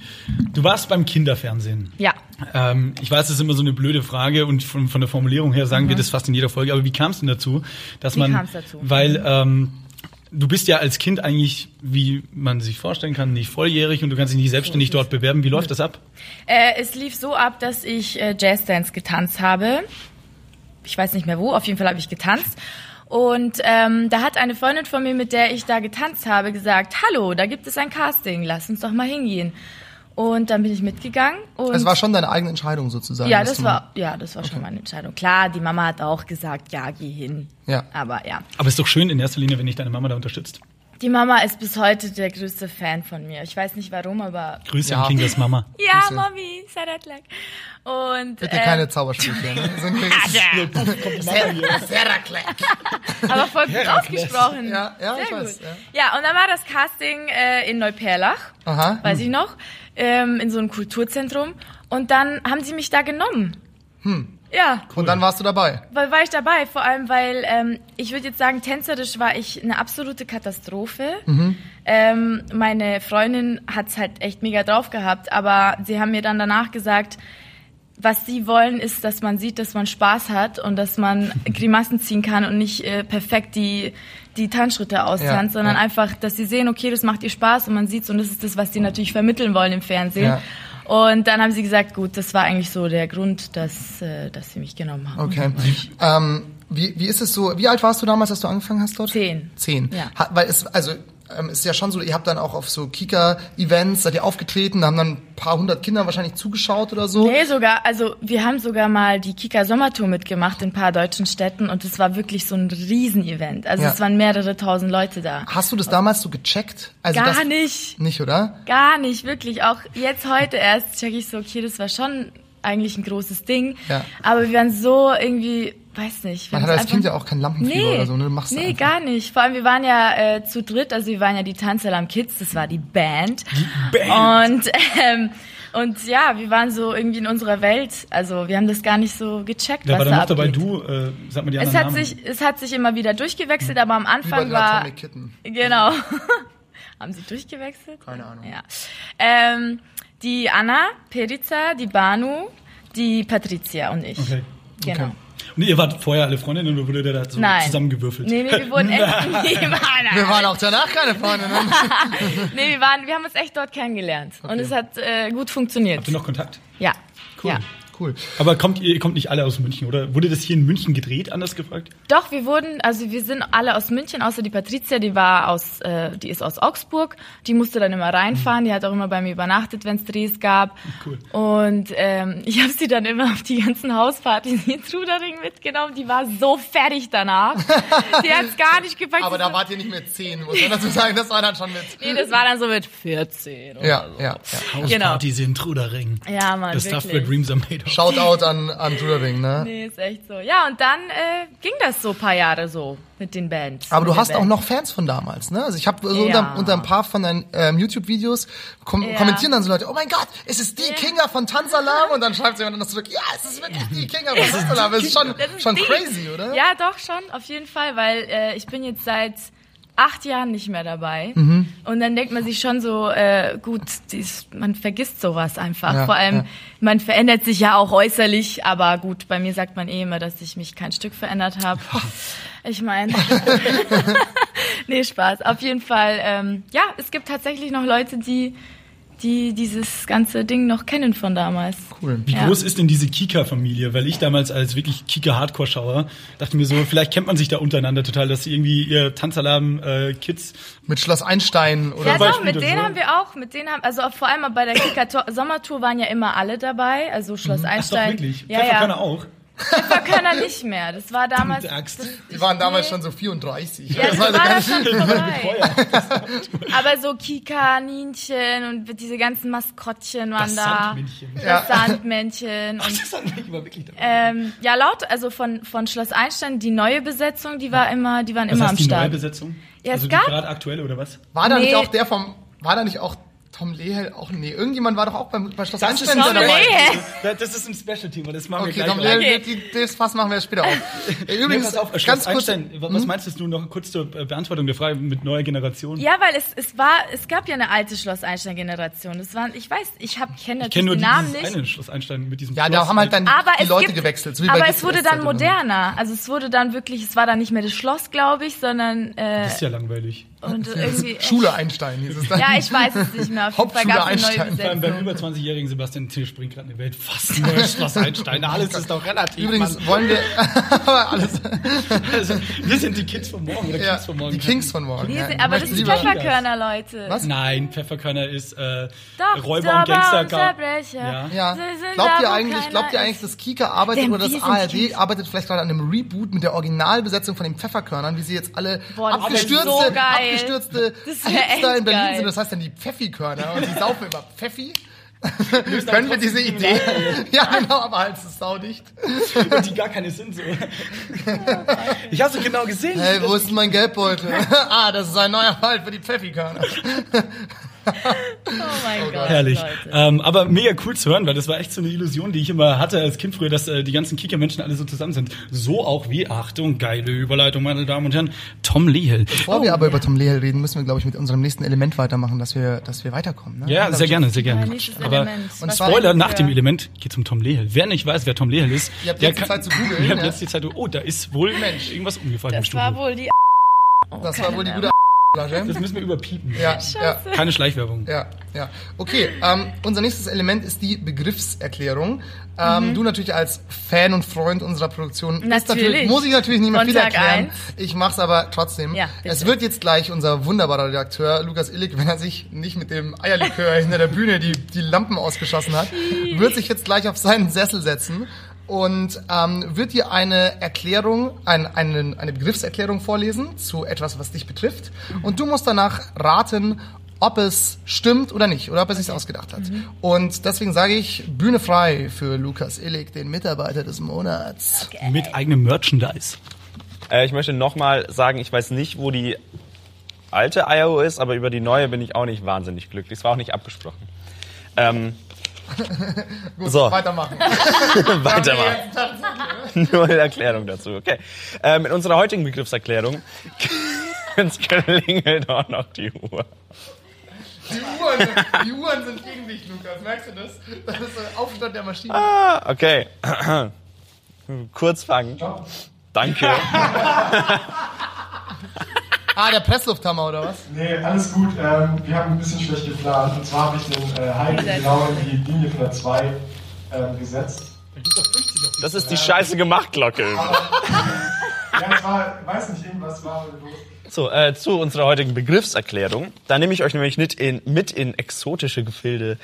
[SPEAKER 2] du warst beim Kinderfernsehen.
[SPEAKER 4] Ja.
[SPEAKER 2] Ähm, ich weiß, das ist immer so eine blöde Frage und von, von der Formulierung her sagen wir das fast in jeder Folge, aber wie kam es denn dazu, dass
[SPEAKER 4] Mhm. Wie
[SPEAKER 2] man,
[SPEAKER 4] kam's dazu? Mhm.
[SPEAKER 2] weil ähm, du bist ja als Kind eigentlich, wie man sich vorstellen kann, nicht volljährig und du kannst dich nicht selbstständig dort bewerben. Wie läuft das ab?
[SPEAKER 4] Äh, es lief so ab, dass ich äh, Jazzdance getanzt habe. Ich weiß nicht mehr wo, auf jeden Fall habe ich getanzt. Und ähm, da hat eine Freundin von mir, mit der ich da getanzt habe, gesagt, hallo, da gibt es ein Casting, lass uns doch mal hingehen. Und dann bin ich mitgegangen. Und
[SPEAKER 3] es war schon deine eigene Entscheidung sozusagen.
[SPEAKER 4] ja,
[SPEAKER 3] dass
[SPEAKER 4] das
[SPEAKER 3] du-
[SPEAKER 4] war, ja, das war schon meine Entscheidung. Klar, die Mama hat auch gesagt, ja, geh hin.
[SPEAKER 3] Ja.
[SPEAKER 4] Aber ja.
[SPEAKER 2] Aber ist doch schön in erster Linie, wenn dich deine Mama da unterstützt.
[SPEAKER 4] Die Mama ist bis heute der größte Fan von mir. Ich weiß nicht warum, aber.
[SPEAKER 2] Grüße
[SPEAKER 3] Ja.
[SPEAKER 2] an Kingas Mama.
[SPEAKER 4] Ja,
[SPEAKER 3] Grüße.
[SPEAKER 4] Mami, Sadat Lack. Und.
[SPEAKER 3] Bitte
[SPEAKER 4] ähm,
[SPEAKER 3] keine Zauberspielchen. ne? Sind wir-
[SPEAKER 4] Aber voll gut ausgesprochen.
[SPEAKER 3] Ja, ja,
[SPEAKER 4] Sehr
[SPEAKER 3] ich
[SPEAKER 4] gut.
[SPEAKER 3] weiß, ja.
[SPEAKER 4] Ja. und dann war das Casting äh, in Neuperlach,
[SPEAKER 3] Aha. Hm.
[SPEAKER 4] weiß ich noch, ähm, in so einem Kulturzentrum. Und dann haben sie mich da genommen. Hm. Ja,
[SPEAKER 3] Und dann warst du dabei.
[SPEAKER 4] weil war ich dabei, vor allem weil ähm, ich würde jetzt sagen, tänzerisch war ich eine absolute Katastrophe.
[SPEAKER 3] Mhm.
[SPEAKER 4] Ähm, meine Freundin hat's halt echt mega drauf gehabt, aber sie haben mir dann danach gesagt, was sie wollen, ist, dass man sieht, dass man Spaß hat und dass man Grimassen ziehen kann und nicht äh, perfekt die, die Tanzschritte austanzt,
[SPEAKER 3] Ja,
[SPEAKER 4] sondern
[SPEAKER 3] ja.
[SPEAKER 4] einfach, dass sie sehen, okay, das macht ihr Spaß und man sieht's und das ist das, was die natürlich vermitteln wollen im Fernsehen.
[SPEAKER 3] Ja.
[SPEAKER 4] Und dann haben sie gesagt, gut, das war eigentlich so der Grund, dass, äh, dass sie mich genommen haben.
[SPEAKER 3] Okay.
[SPEAKER 4] Mhm.
[SPEAKER 3] Ähm, wie, wie ist es so? Wie alt warst du damals, als du angefangen hast dort?
[SPEAKER 4] Zehn.
[SPEAKER 3] Zehn.
[SPEAKER 4] Ja.
[SPEAKER 3] Ha- weil es, also, ähm, es ist ja schon so, ihr habt dann auch auf so Kika-Events, seid ihr aufgetreten, da haben dann ein paar hundert Kinder wahrscheinlich zugeschaut oder so.
[SPEAKER 4] Nee, sogar, also wir haben sogar mal die Kika Sommertour mitgemacht in ein paar deutschen Städten und es war wirklich so ein Riesenevent. Also
[SPEAKER 3] Ja.
[SPEAKER 4] es waren mehrere tausend Leute da.
[SPEAKER 3] Hast du das damals so gecheckt? Also
[SPEAKER 4] Gar
[SPEAKER 3] das,
[SPEAKER 4] nicht,
[SPEAKER 3] Nicht, oder?
[SPEAKER 4] gar nicht, wirklich. Auch jetzt heute erst check ich so, okay, das war schon eigentlich ein großes Ding.
[SPEAKER 3] Ja.
[SPEAKER 4] Aber wir waren so irgendwie, weiß nicht. wir
[SPEAKER 3] Man
[SPEAKER 4] haben
[SPEAKER 3] hat als
[SPEAKER 4] es einfach-
[SPEAKER 3] Kind ja auch kein Lampenfieber oder so, ne? Du machst
[SPEAKER 4] nee
[SPEAKER 3] einfach.
[SPEAKER 4] gar nicht. Vor allem, wir waren ja äh, zu dritt, also wir waren ja die Tanzalarm Kids, das war die Band. Und, ähm, und ja, wir waren so irgendwie in unserer Welt. Also wir haben das gar nicht so gecheckt,
[SPEAKER 2] Da
[SPEAKER 4] was
[SPEAKER 2] war
[SPEAKER 4] da
[SPEAKER 2] dann noch
[SPEAKER 4] abgeht.
[SPEAKER 2] dabei du, äh, sag mal die
[SPEAKER 4] Es
[SPEAKER 2] anderen
[SPEAKER 4] hat,
[SPEAKER 2] Namen.
[SPEAKER 4] sich, es hat sich immer wieder durchgewechselt, aber am
[SPEAKER 3] Wie bei
[SPEAKER 4] Anfang
[SPEAKER 3] den
[SPEAKER 4] war...
[SPEAKER 3] Atomic Kitten.
[SPEAKER 4] Genau. Haben sie durchgewechselt?
[SPEAKER 3] Keine Ahnung.
[SPEAKER 4] Ja. Ähm, die Anna, Perica, die Banu, die Patricia und ich.
[SPEAKER 2] Okay.
[SPEAKER 4] Genau.
[SPEAKER 3] Okay.
[SPEAKER 2] Und ihr wart vorher alle Freundinnen oder wurde ihr da so
[SPEAKER 4] Nein.
[SPEAKER 2] zusammengewürfelt?
[SPEAKER 4] Nee, nee, wir wurden echt. Nee, wir waren-
[SPEAKER 3] Wir waren auch danach keine Freunde, ne?
[SPEAKER 4] nee, wir waren, wir haben uns echt dort kennengelernt. Und es hat äh, gut funktioniert.
[SPEAKER 2] Habt ihr noch Kontakt?
[SPEAKER 4] Ja.
[SPEAKER 2] Cool.
[SPEAKER 4] Ja.
[SPEAKER 3] Cool.
[SPEAKER 2] Aber kommt ihr, ihr kommt nicht alle aus München, oder? Wurde das hier in München gedreht, anders gefragt?
[SPEAKER 4] Doch, wir wurden, also wir sind alle aus München, außer die Patricia, die war aus, äh, die ist aus Augsburg. Die musste dann immer reinfahren. Die hat auch immer bei mir übernachtet, wenn es Drehs gab.
[SPEAKER 2] Cool.
[SPEAKER 4] Und ähm, ich habe sie dann immer auf die ganzen Hauspartys in Trudering mitgenommen. Die war so fertig danach. die hat's gar nicht gepackt.
[SPEAKER 3] Aber
[SPEAKER 4] Sie
[SPEAKER 3] da
[SPEAKER 4] so-
[SPEAKER 3] wart ihr nicht mit zehn, muss man dazu sagen. Das war dann schon mit.
[SPEAKER 4] Nee, das war dann so mit 14. oder
[SPEAKER 3] Ja,
[SPEAKER 4] so.
[SPEAKER 3] ja, ja.
[SPEAKER 4] Genau.
[SPEAKER 2] Hauspartys in Trudering.
[SPEAKER 4] Ja, Mann,
[SPEAKER 2] The stuff where
[SPEAKER 4] wirklich.
[SPEAKER 2] dreams are made of.
[SPEAKER 3] Shoutout an, an Trudering, ne?
[SPEAKER 4] Nee, ist echt so. Ja, und dann äh, ging das so ein paar Jahre so mit den Bands.
[SPEAKER 3] Aber du
[SPEAKER 4] mit den
[SPEAKER 3] hast auch
[SPEAKER 4] Bands.
[SPEAKER 3] noch Fans von damals, ne? Also ich habe so
[SPEAKER 4] Ja.
[SPEAKER 3] unter, unter ein paar von deinen ähm, YouTube-Videos kom
[SPEAKER 4] Ja.
[SPEAKER 3] kommentieren dann so Leute, oh mein Gott, es ist die Kinga von Tanzalarm und dann schreibt jemand anders zurück, ja, es ist wirklich die Kinga von Tanzalarm. Das ist schon,
[SPEAKER 4] Das ist
[SPEAKER 3] schon
[SPEAKER 4] die.
[SPEAKER 3] crazy, oder?
[SPEAKER 4] Ja, doch schon, auf jeden Fall, weil äh, ich bin jetzt seit acht Jahren nicht mehr dabei.
[SPEAKER 3] Mhm.
[SPEAKER 4] Und dann denkt man sich schon so, äh, gut, dies, man vergisst sowas einfach.
[SPEAKER 3] Ja,
[SPEAKER 4] Vor allem,
[SPEAKER 3] ja.
[SPEAKER 4] man verändert sich ja auch äußerlich, aber gut, bei mir sagt man eh immer, dass ich mich kein Stück verändert habe. Ich meine, nee, Spaß. Auf jeden Fall, ähm, ja, es gibt tatsächlich noch Leute, die, die dieses ganze Ding noch kennen von damals.
[SPEAKER 3] Cool.
[SPEAKER 2] Wie
[SPEAKER 4] Ja.
[SPEAKER 2] groß ist denn diese Kika-Familie? Weil ich damals als wirklich Kika-Hardcore-Schauer dachte mir so, vielleicht kennt man sich da untereinander total, dass sie irgendwie ihr äh, Tanzalarm-Kids.
[SPEAKER 3] Mit Schloss Einstein
[SPEAKER 4] Ja,
[SPEAKER 3] oder
[SPEAKER 2] Zum
[SPEAKER 4] doch,
[SPEAKER 2] Beispiel
[SPEAKER 4] mit
[SPEAKER 2] das,
[SPEAKER 4] denen
[SPEAKER 2] ne?
[SPEAKER 4] haben wir auch, mit denen haben, also vor allem bei der Kicker Sommertour waren ja immer alle dabei, also Schloss
[SPEAKER 2] Mhm. Ach doch,
[SPEAKER 4] Einstein.
[SPEAKER 2] wirklich?
[SPEAKER 4] Ja,
[SPEAKER 2] Pfeffer
[SPEAKER 4] ja.
[SPEAKER 2] kann er auch.
[SPEAKER 4] Pfeffer kann er nicht mehr. Das war damals.
[SPEAKER 2] Mit der Axt.
[SPEAKER 4] Das,
[SPEAKER 3] Die waren damals schon so 34.
[SPEAKER 4] ja, das war da schon vorbei.
[SPEAKER 2] Feuer.
[SPEAKER 4] Aber so Kika, Nienchen und diese ganzen Maskottchen waren
[SPEAKER 2] Das
[SPEAKER 4] da.
[SPEAKER 2] Sandmännchen.
[SPEAKER 4] Das
[SPEAKER 3] Ja.
[SPEAKER 4] Sandmännchen und
[SPEAKER 2] Das hat mich immer wirklich dabei.
[SPEAKER 4] ähm, ja laut also von von Schloss Einstein die neue Besetzung die war immer die waren
[SPEAKER 2] Was
[SPEAKER 4] immer
[SPEAKER 2] heißt
[SPEAKER 4] am
[SPEAKER 2] die
[SPEAKER 4] Start
[SPEAKER 2] Neubesetzung?
[SPEAKER 4] Ja, es
[SPEAKER 2] also
[SPEAKER 4] gab-
[SPEAKER 2] die gerade aktuelle oder was?
[SPEAKER 3] War da nicht
[SPEAKER 4] Nee.
[SPEAKER 3] auch der vom, war da nicht auch Tom Lehel auch, nee, irgendjemand war doch auch beim, bei Schloss Einstein
[SPEAKER 4] Tom
[SPEAKER 3] dabei.
[SPEAKER 4] Lehel.
[SPEAKER 2] Das ist ein Special-Thema, das machen
[SPEAKER 3] Okay,
[SPEAKER 2] wir
[SPEAKER 3] Tom
[SPEAKER 2] gleich.
[SPEAKER 3] Lehel,
[SPEAKER 2] weiter.
[SPEAKER 4] Okay.
[SPEAKER 3] die- das Fass machen wir später auf.
[SPEAKER 2] Nee,
[SPEAKER 3] Übrigens,
[SPEAKER 2] pass auf, Schloss
[SPEAKER 3] ganz kurz, Mhm.
[SPEAKER 2] Einstein, wa- was meinst du noch kurz zur äh, Beantwortung der Frage mit neuer Generation?
[SPEAKER 4] Ja, weil es, es war, es gab ja eine alte Schloss Einstein Generation. Es waren, ich weiß, ich hab kenne
[SPEAKER 2] ich kenne
[SPEAKER 4] natürlich
[SPEAKER 2] nur
[SPEAKER 4] den Namen
[SPEAKER 2] dieses
[SPEAKER 4] nicht.
[SPEAKER 2] eine Schloss Einstein mit diesem
[SPEAKER 3] ja,
[SPEAKER 2] Schloss
[SPEAKER 3] da haben halt
[SPEAKER 2] mit-
[SPEAKER 3] dann
[SPEAKER 4] Aber
[SPEAKER 3] die
[SPEAKER 4] es
[SPEAKER 3] Leute
[SPEAKER 4] gibt,
[SPEAKER 3] gewechselt. so wie bei
[SPEAKER 4] aber
[SPEAKER 3] Gibson
[SPEAKER 4] es wurde dann
[SPEAKER 3] Estate oder so.
[SPEAKER 4] moderner. Also es wurde dann wirklich, es war dann nicht mehr das Schloss, glaube ich, sondern äh,
[SPEAKER 2] Das ist ja langweilig.
[SPEAKER 4] und irgendwie.
[SPEAKER 3] Schule Einstein hieß es dann.
[SPEAKER 4] Ja, ich weiß es nicht mehr. Auf jeden Fall
[SPEAKER 3] Hauptschule
[SPEAKER 4] gab es eine neue
[SPEAKER 3] Einstein.
[SPEAKER 2] Vor allem beim
[SPEAKER 4] Besetzung.
[SPEAKER 2] über 20-jährigen Sebastian Thiel springt gerade eine Welt fast neu Schloss Einstein. Alles ist doch relativ.
[SPEAKER 3] Übrigens
[SPEAKER 2] Mann.
[SPEAKER 3] wollen wir alles
[SPEAKER 2] also, wir sind die Kids von morgen oder
[SPEAKER 3] ja,
[SPEAKER 2] Kings von morgen.
[SPEAKER 3] die Kings von morgen.
[SPEAKER 4] Wir
[SPEAKER 3] ja.
[SPEAKER 4] sind,
[SPEAKER 3] Ich
[SPEAKER 4] aber
[SPEAKER 3] möchte
[SPEAKER 4] das sind
[SPEAKER 3] lieber-
[SPEAKER 4] Pfefferkörner, Leute.
[SPEAKER 3] Was?
[SPEAKER 2] Nein, Pfefferkörner ist äh,
[SPEAKER 4] Doch,
[SPEAKER 2] Räuber und Gangster.
[SPEAKER 4] Verbrecher.
[SPEAKER 2] Ja.
[SPEAKER 3] Ja.
[SPEAKER 4] Sie sind
[SPEAKER 3] Glaubt
[SPEAKER 4] da,
[SPEAKER 3] ihr
[SPEAKER 4] wo
[SPEAKER 3] eigentlich,
[SPEAKER 4] keiner
[SPEAKER 3] glaubt ihr
[SPEAKER 4] ist.
[SPEAKER 3] eigentlich, dass Kika arbeitet
[SPEAKER 4] Denn
[SPEAKER 3] oder das
[SPEAKER 4] wir sind
[SPEAKER 3] ARD
[SPEAKER 4] Kika.
[SPEAKER 3] arbeitet vielleicht gerade an einem Reboot mit der Originalbesetzung von den Pfefferkörnern, wie sie jetzt alle
[SPEAKER 4] Boah, das
[SPEAKER 3] abgestürzte,
[SPEAKER 4] ist so geil.
[SPEAKER 3] abgestürzte
[SPEAKER 4] Das wär
[SPEAKER 3] Hipster
[SPEAKER 4] echt
[SPEAKER 3] in Berlin
[SPEAKER 4] geil.
[SPEAKER 3] sind. Das heißt dann die Pfeffikörner und sie saufen immer Pfeffi. Können wir diese Idee? ja, genau, aber halt es ist saudicht.
[SPEAKER 2] Und die gar keine sind so. ich habe es genau gesehen.
[SPEAKER 3] Hey, wo ist denn mein Geldbeutel? ah, das ist ein neuer Fall für die Pfeffikörner.
[SPEAKER 4] Oh mein Gott.
[SPEAKER 2] Herrlich.
[SPEAKER 4] Leute.
[SPEAKER 2] Ähm, aber mega cool zu hören, weil das war echt so eine Illusion, die ich immer hatte als Kind früher, dass äh, die ganzen Kicker-Menschen alle so zusammen sind. So auch wie, Achtung, geile Überleitung, meine Damen und Herren, Tom Lehel.
[SPEAKER 3] Bevor
[SPEAKER 4] Oh.
[SPEAKER 3] wir aber über Tom Lehel reden, müssen wir, glaube ich, mit unserem nächsten Element weitermachen, dass wir, dass wir weiterkommen. Ne?
[SPEAKER 2] Ja, sehr gerne, sehr
[SPEAKER 4] Mein
[SPEAKER 2] gerne.
[SPEAKER 4] nächstes
[SPEAKER 2] Aber
[SPEAKER 4] Element.
[SPEAKER 3] und
[SPEAKER 4] Was
[SPEAKER 2] Spoiler,
[SPEAKER 4] war
[SPEAKER 2] nach
[SPEAKER 4] das
[SPEAKER 2] dem
[SPEAKER 4] für-
[SPEAKER 2] Element geht's um Tom Lehel. Wer nicht weiß, wer Tom Lehel ist,
[SPEAKER 3] Ihr habt
[SPEAKER 2] der
[SPEAKER 3] jetzt die Zeit zu googeln,
[SPEAKER 2] Ihr habt
[SPEAKER 3] ja.
[SPEAKER 2] jetzt die Zeit, oh, da ist wohl
[SPEAKER 3] Mensch.
[SPEAKER 2] irgendwas umgefallen im
[SPEAKER 4] Das
[SPEAKER 2] Studio.
[SPEAKER 4] war wohl die. Oh,
[SPEAKER 3] Das war
[SPEAKER 4] keine
[SPEAKER 3] wohl die
[SPEAKER 4] Ahnung.
[SPEAKER 3] gute Flasche.
[SPEAKER 2] das müssen wir überpiepen.
[SPEAKER 3] Ja, ja,
[SPEAKER 4] Scheiße.
[SPEAKER 2] Keine Schleichwerbung.
[SPEAKER 3] ja, ja. Okay, ähm, unser nächstes Element ist die Begriffserklärung. Ähm,
[SPEAKER 4] Mhm.
[SPEAKER 3] Du natürlich als Fan und Freund unserer Produktion bist
[SPEAKER 4] Natürlich.
[SPEAKER 3] muss ich natürlich nicht mehr viel
[SPEAKER 4] Sonntag
[SPEAKER 3] erklären.
[SPEAKER 4] eins.
[SPEAKER 3] Ich mach's aber trotzdem.
[SPEAKER 4] Ja, bitte.
[SPEAKER 3] es wird jetzt gleich unser wunderbarer Redakteur Lukas Illig, wenn er sich nicht mit dem Eierlikör hinter der Bühne die, die Lampen ausgeschossen hat, wird sich jetzt gleich auf seinen Sessel setzen. Und ähm, wird dir eine Erklärung, ein, einen, eine Begriffserklärung vorlesen zu etwas, was dich betrifft.
[SPEAKER 4] Mhm.
[SPEAKER 3] Und du musst danach raten, ob es stimmt oder nicht, oder ob er sich ausgedacht hat.
[SPEAKER 4] Mhm.
[SPEAKER 3] Und deswegen sage ich, Bühne frei für Lukas Illig, den Mitarbeiter des Monats.
[SPEAKER 2] Mit eigenem Merchandise.
[SPEAKER 5] Äh, ich möchte nochmal sagen, ich weiß nicht, wo die alte IO ist, aber über die neue bin ich auch nicht wahnsinnig glücklich. Es war auch nicht abgesprochen. Ähm,
[SPEAKER 3] Gut,
[SPEAKER 5] So.
[SPEAKER 3] weitermachen.
[SPEAKER 5] weiter mal. Nur eine Erklärung dazu, okay. Ähm, in unserer heutigen Begriffserklärung jetzt klingelt auch noch die Uhr.
[SPEAKER 3] Die Uhren, sind, die Uhren sind gegen dich, Lukas. Merkst du das? Das ist der Aufstand der Maschine.
[SPEAKER 5] Ah, okay. Kurz fangen. Danke.
[SPEAKER 3] Ah, der Presslufthammer, oder was?
[SPEAKER 6] Nee, alles gut. Ähm, wir haben ein bisschen schlecht geplant. Und zwar habe ich den äh, Hype genau in die Linie von der 2 ähm, gesetzt.
[SPEAKER 5] Das ist die scheiße gemacht Glocke.
[SPEAKER 6] Ja, es war, weiß nicht, irgendwas war los.
[SPEAKER 5] So, äh, zu unserer heutigen Begriffserklärung. Da nehme ich euch nämlich mit in, mit in exotische Gefilde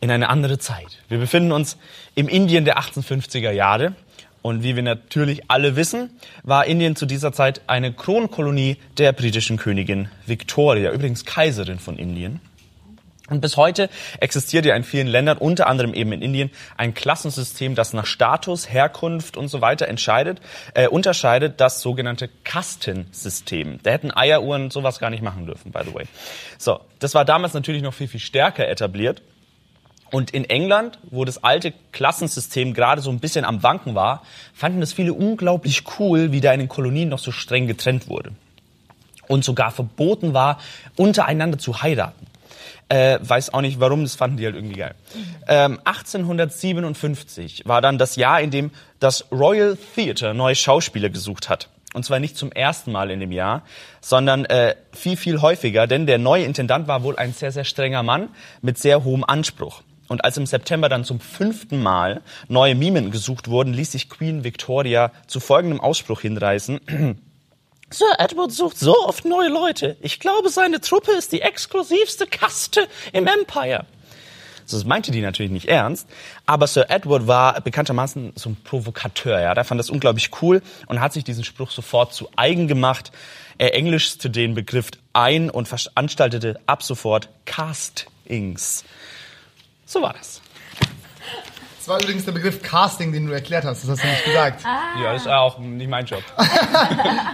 [SPEAKER 5] in eine andere Zeit. Wir befinden uns im Indien der 1850er Jahre. Und wie wir natürlich alle wissen, war Indien zu dieser Zeit eine Kronkolonie der britischen Königin Victoria, übrigens Kaiserin von Indien. Und bis heute existiert ja in vielen Ländern, unter anderem eben in Indien, ein Klassensystem, das nach Status, Herkunft und so weiter entscheidet, äh, unterscheidet das sogenannte Kastensystem. Da hätten Eieruhren sowas gar nicht machen dürfen, by the way. So, das war damals natürlich noch viel, viel stärker etabliert. Und in England, wo das alte Klassensystem gerade so ein bisschen am Wanken war, fanden das viele unglaublich cool, wie da in den Kolonien noch so streng getrennt wurde. und sogar verboten war, untereinander zu heiraten. Äh, weiß auch nicht warum, das fanden die halt irgendwie geil. Ähm, 1857 war dann das Jahr, in dem das Royal Theatre neue Schauspieler gesucht hat. Und zwar nicht zum ersten Mal in dem Jahr, sondern äh, viel, viel häufiger, denn der neue Intendant war wohl ein sehr, sehr strenger Mann mit sehr hohem Anspruch. Und als im September dann zum fünften Mal neue Mimen gesucht wurden, ließ sich Queen Victoria zu folgendem Ausspruch hinreißen. Sir Edward sucht so oft neue Leute. Ich glaube, seine Truppe ist die exklusivste Kaste im Empire. Also das meinte die natürlich nicht ernst, aber Sir Edward war bekanntermaßen so ein Provokateur. Ja, der fand das unglaublich cool und hat sich diesen Spruch sofort zu eigen gemacht. Er englischste den Begriff ein und veranstaltete ab sofort Castings. So war das.
[SPEAKER 3] Das war übrigens der Begriff Casting, den du erklärt hast. Das hast du nicht gesagt.
[SPEAKER 4] Ah.
[SPEAKER 5] Ja, das ist auch nicht mein Job.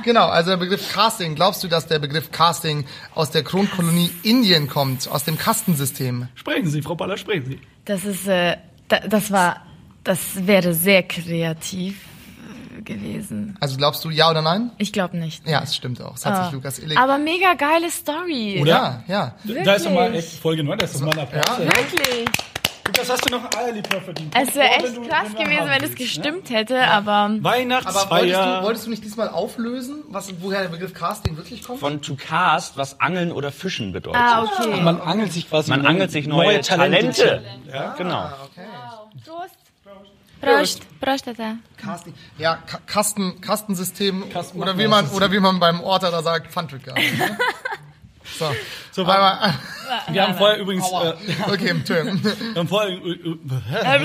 [SPEAKER 3] Genau, also der Begriff Casting. Glaubst du, dass der Begriff Casting aus der Kronkolonie Indien kommt, aus dem Kastensystem?
[SPEAKER 2] Sprechen Sie, Frau Baller, sprechen Sie.
[SPEAKER 4] Das ist, äh, da, das war, das wäre sehr kreativ äh, gewesen.
[SPEAKER 3] Also glaubst du ja oder nein?
[SPEAKER 4] Ich glaube nicht.
[SPEAKER 3] Ja, es stimmt auch. Das hat sich
[SPEAKER 4] Ah.
[SPEAKER 3] Lukas Illig.
[SPEAKER 4] Aber mega geile Story.
[SPEAKER 2] Oder?
[SPEAKER 3] ja, ja.
[SPEAKER 2] Da ist doch mal
[SPEAKER 4] Wirklich?
[SPEAKER 2] echt Folge 9, da ist doch mal ein Applaus. Ja.
[SPEAKER 4] Wirklich.
[SPEAKER 2] Das hast du noch Eierlikör verdient.
[SPEAKER 4] Es wäre
[SPEAKER 2] Wenn
[SPEAKER 4] echt
[SPEAKER 2] du-
[SPEAKER 4] krass
[SPEAKER 2] du
[SPEAKER 4] gewesen, wenn
[SPEAKER 2] haben
[SPEAKER 4] es
[SPEAKER 2] willst, ne?
[SPEAKER 4] gestimmt hätte, aber
[SPEAKER 3] Aber wolltest du,
[SPEAKER 2] Weihnachtsfeier.
[SPEAKER 3] wolltest du nicht diesmal auflösen, was, woher der Begriff Casting wirklich kommt?
[SPEAKER 5] Von to cast, was angeln oder fischen bedeutet.
[SPEAKER 4] ah, okay.
[SPEAKER 2] Man angelt sich quasi
[SPEAKER 5] Man angelt sich neue, Talente. Ja, genau.
[SPEAKER 3] okay.
[SPEAKER 4] Prost. Prost. Prost, Tata.
[SPEAKER 3] Casting. Ja, Ka Kasten, Kastensystem
[SPEAKER 2] Kasten-
[SPEAKER 3] oder wie man oder wie man beim Orter da sagt, Pfandrücker. ne? so.
[SPEAKER 2] So,
[SPEAKER 3] Aber, ah,
[SPEAKER 2] wir haben vorher übrigens. Äh,
[SPEAKER 3] aua. okay, Entschuldigung.
[SPEAKER 2] wir haben vorher. Äh,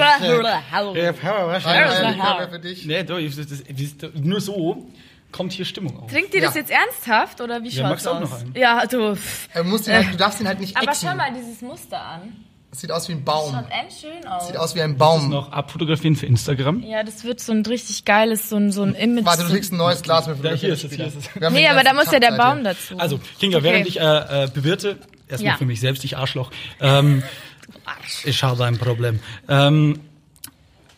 [SPEAKER 4] Hallo.
[SPEAKER 3] Ein
[SPEAKER 2] äh,
[SPEAKER 4] das war
[SPEAKER 3] Eierlikör
[SPEAKER 4] hart.
[SPEAKER 3] für dich.
[SPEAKER 2] nee, doch, das, das, das, nur so kommt hier Stimmung auf.
[SPEAKER 4] Trinkt ihr das
[SPEAKER 3] Ja.
[SPEAKER 4] jetzt ernsthaft oder wie
[SPEAKER 2] Ja, magst
[SPEAKER 4] schaut's
[SPEAKER 2] du auch
[SPEAKER 4] aus?
[SPEAKER 2] noch einen?
[SPEAKER 4] Ja, du. pff.
[SPEAKER 3] Du, musst ihn halt, du darfst ihn halt nicht
[SPEAKER 4] Aber
[SPEAKER 3] ächzen.
[SPEAKER 4] schau mal dieses Muster an.
[SPEAKER 3] Das sieht aus wie ein Baum.
[SPEAKER 4] Schaut echt schön aus.
[SPEAKER 3] Sieht aus wie ein Baum.
[SPEAKER 2] Noch abfotografieren für Instagram.
[SPEAKER 4] Ja, das wird so ein richtig geiles, so ein, so ein Image.
[SPEAKER 3] Warte, du kriegst ein neues Glas mehr für
[SPEAKER 2] Da,
[SPEAKER 3] dich.
[SPEAKER 2] hier ist es, hier ist es.
[SPEAKER 3] Wir haben
[SPEAKER 4] nee,
[SPEAKER 3] den
[SPEAKER 4] aber da
[SPEAKER 3] ganzen
[SPEAKER 4] muss ja
[SPEAKER 3] Tag
[SPEAKER 4] der
[SPEAKER 3] Zeit
[SPEAKER 4] Baum
[SPEAKER 3] hier.
[SPEAKER 4] dazu.
[SPEAKER 2] Also, Kinga, während
[SPEAKER 4] Okay.
[SPEAKER 2] ich äh, äh, bewirte, erstmal
[SPEAKER 4] Ja.
[SPEAKER 2] für mich selbst, ich Arschloch, ähm, ich habe ein Problem. Ähm,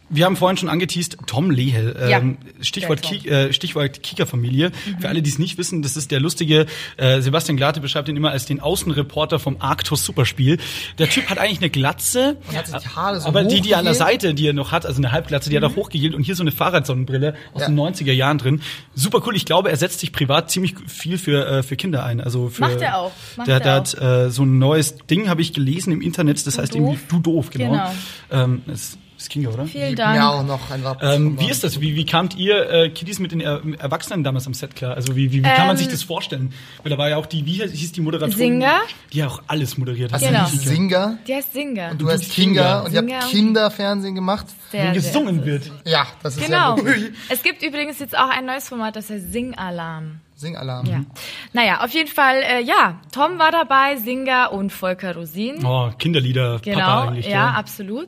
[SPEAKER 2] wir haben vorhin schon angeteased, Tom Lehel, ähm, Stichwort,
[SPEAKER 4] Der Tom.
[SPEAKER 2] Ki äh, Stichwort Kika-Familie.
[SPEAKER 4] Mhm.
[SPEAKER 2] Für alle, die es nicht wissen, das ist der lustige, äh, Sebastian Glate beschreibt ihn immer als den Außenreporter vom Arctos Superspiel. Der Typ hat eigentlich eine Glatze,
[SPEAKER 3] Und hat sich die Haare so
[SPEAKER 2] aber die, die an der
[SPEAKER 3] hochgegelt.
[SPEAKER 2] Seite, die er noch hat, also eine Halbglatze, die hat
[SPEAKER 4] Mhm.
[SPEAKER 2] er hochgehielt und hier so eine Fahrradsonnenbrille aus
[SPEAKER 3] Ja.
[SPEAKER 2] den 90er Jahren drin. Super cool. Ich glaube, er setzt sich privat ziemlich viel für, äh, für Kinder ein. Also für,
[SPEAKER 4] Macht er auch. Macht
[SPEAKER 2] der
[SPEAKER 4] er
[SPEAKER 2] der hat äh, so ein neues Ding, habe ich gelesen im Internet, das heißt
[SPEAKER 4] doof?
[SPEAKER 2] irgendwie Du doof, genau.
[SPEAKER 4] Genau.
[SPEAKER 2] Ähm, das ist Kinga, oder?
[SPEAKER 4] Vielen
[SPEAKER 3] Ja,
[SPEAKER 4] Dank.
[SPEAKER 3] auch noch ein Raps.
[SPEAKER 2] Ähm, wie ist das? Wie, wie kamt ihr äh, Kiddies mit den er Erwachsenen damals am Set klar? Also wie, wie, wie kann man
[SPEAKER 4] Ähm,
[SPEAKER 2] sich das vorstellen? Weil da war ja auch die, wie hieß die Moderatorin?
[SPEAKER 4] Singer?
[SPEAKER 2] Die ja auch alles moderiert hat.
[SPEAKER 3] Hast
[SPEAKER 4] Genau.
[SPEAKER 3] du Also nicht Singer?
[SPEAKER 4] Die heißt Singer.
[SPEAKER 3] Du hast
[SPEAKER 2] bist
[SPEAKER 3] Kinga
[SPEAKER 2] Kinga.
[SPEAKER 3] und ihr
[SPEAKER 4] Singer
[SPEAKER 3] habt
[SPEAKER 4] und-
[SPEAKER 3] Kinderfernsehen gemacht?
[SPEAKER 4] Sehr,
[SPEAKER 2] Wenn
[SPEAKER 4] sehr
[SPEAKER 2] gesungen
[SPEAKER 4] süß.
[SPEAKER 2] wird.
[SPEAKER 3] Ja, das ist
[SPEAKER 4] Genau.
[SPEAKER 3] ja wirklich
[SPEAKER 4] Es gibt übrigens jetzt auch ein neues Format, das heißt Singalarm.
[SPEAKER 3] Singalarm.
[SPEAKER 4] Ja. Naja, auf jeden Fall, äh, ja, Tom war dabei, Singer und Volker Rosin.
[SPEAKER 2] Oh, Kinderlieder, Papa
[SPEAKER 4] Genau,
[SPEAKER 2] eigentlich.
[SPEAKER 4] ja, absolut.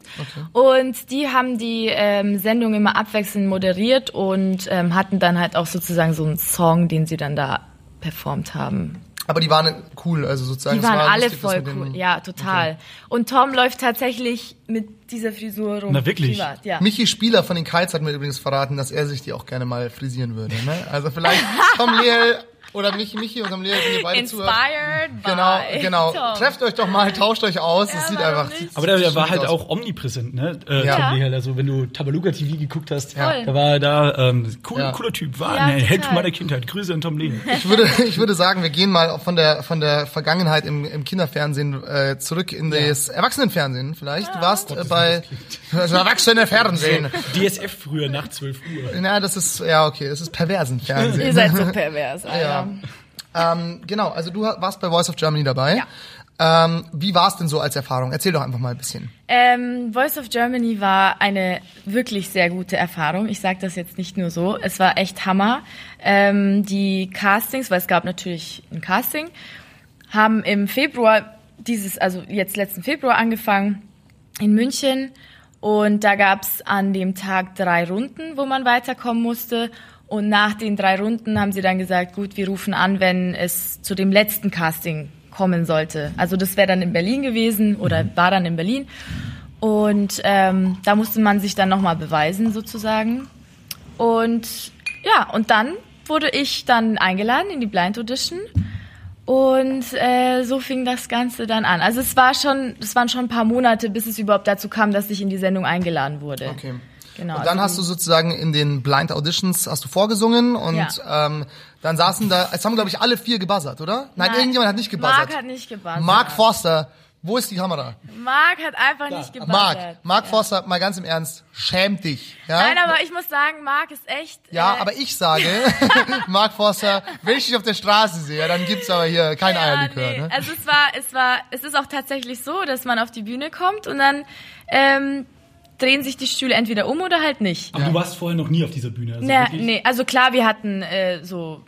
[SPEAKER 4] Und die haben die ähm, Sendung immer abwechselnd moderiert und ähm, hatten dann halt auch sozusagen so einen Song, den sie dann da performt haben.
[SPEAKER 3] Aber die waren cool, also sozusagen.
[SPEAKER 4] Die
[SPEAKER 3] es
[SPEAKER 4] waren
[SPEAKER 3] war
[SPEAKER 4] alle
[SPEAKER 3] lustig, das
[SPEAKER 4] voll
[SPEAKER 3] mit
[SPEAKER 4] cool,
[SPEAKER 3] dem-
[SPEAKER 4] ja, total. Und Tom läuft tatsächlich mit dieser Frisur rum.
[SPEAKER 2] Na, wirklich?
[SPEAKER 4] Privat, ja.
[SPEAKER 3] Michi Spieler von den Kites hat mir übrigens verraten, dass er sich die auch gerne mal frisieren würde. Ne? Also vielleicht Tom Lehl oder Michi, Michi und Tom Lehl, wenn ihr beide zuhört.
[SPEAKER 4] Inspired
[SPEAKER 3] Genau,
[SPEAKER 4] by
[SPEAKER 3] genau.
[SPEAKER 4] Tom.
[SPEAKER 3] Trefft euch doch mal, tauscht euch aus.
[SPEAKER 4] Ja,
[SPEAKER 3] es sieht
[SPEAKER 4] warum
[SPEAKER 3] einfach.
[SPEAKER 4] nicht?
[SPEAKER 2] Aber der, der war
[SPEAKER 3] sieht
[SPEAKER 2] halt
[SPEAKER 3] aus.
[SPEAKER 2] auch omnipräsent, ne? Äh,
[SPEAKER 3] Ja.
[SPEAKER 2] Tom
[SPEAKER 4] Ja.
[SPEAKER 2] Lehel. Also wenn du Tabaluga TV geguckt hast,
[SPEAKER 4] Ja.
[SPEAKER 2] da war er da ähm, cool,
[SPEAKER 3] Ja.
[SPEAKER 2] cooler Typ, war
[SPEAKER 4] Ja,
[SPEAKER 2] ein Held
[SPEAKER 4] total.
[SPEAKER 2] meiner Kindheit. Grüße an Tom Lehel.
[SPEAKER 3] Ich würde, ich würde sagen, wir gehen mal von der, von der Vergangenheit im, im Kinderfernsehen äh, zurück in das Erwachsenenfernsehen vielleicht. Du warst äh, bei das Erwachsenenfernsehen.
[SPEAKER 2] DSF früher nach 12 Uhr.
[SPEAKER 3] Na, das ist, ja okay, das ist perversen Fernsehen.
[SPEAKER 4] Ihr seid so pervers, Alter.
[SPEAKER 3] Ja. ähm, genau, also du warst bei Voice of Germany dabei. Ähm, wie war es denn so als Erfahrung? Erzähl doch einfach mal ein bisschen.
[SPEAKER 4] Ähm, Voice of Germany war eine wirklich sehr gute Erfahrung. Ich sage das jetzt nicht nur so. Es war echt Hammer. Ähm, die Castings, weil es gab natürlich ein Casting, haben im Februar dieses, also jetzt letzten Februar angefangen in München. Und da gab's an dem Tag drei Runden, wo man weiterkommen musste. Und nach den drei Runden haben sie dann gesagt, gut, wir rufen an, wenn es zu dem letzten Casting kommen sollte. Also das wäre dann in Berlin gewesen oder war dann in Berlin. Und ähm, da musste man sich dann nochmal beweisen sozusagen. Und ja, und dann wurde ich dann eingeladen in die Blind Audition Und äh, so fing das Ganze dann an. Also es war schon, es waren schon ein paar Monate, bis es überhaupt dazu kam, dass ich in die Sendung eingeladen wurde.
[SPEAKER 3] Okay.
[SPEAKER 4] Genau.
[SPEAKER 3] Und dann hast du sozusagen in den Blind Auditions hast du vorgesungen und
[SPEAKER 4] Ja.
[SPEAKER 3] ähm, dann saßen da, es haben glaube ich alle vier gebuzzert, oder? Nein, irgendjemand hat nicht gebuzzert.
[SPEAKER 4] Mark hat nicht gebuzzert.
[SPEAKER 3] Mark Forster, wo ist die Kamera?
[SPEAKER 4] Mark hat einfach nicht gebuzzert.
[SPEAKER 3] Mark, Mark Forster, mal ganz im Ernst, schäm dich. Ja?
[SPEAKER 4] Nein, aber ich muss sagen, Mark ist echt.
[SPEAKER 3] ja,
[SPEAKER 4] äh,
[SPEAKER 3] aber ich sage, Mark Forster, wenn ich dich auf der Straße sehe, dann gibt's aber hier kein Eierlikör.
[SPEAKER 4] nee.
[SPEAKER 3] Ne?
[SPEAKER 4] Also es war, es war, es ist auch tatsächlich so, dass man auf die Bühne kommt und dann ähm, drehen sich die Stühle entweder um oder halt nicht.
[SPEAKER 2] Aber du warst vorher noch nie auf dieser Bühne. Also
[SPEAKER 4] Na,
[SPEAKER 2] wirklich-
[SPEAKER 4] nee, also klar, wir hatten äh, so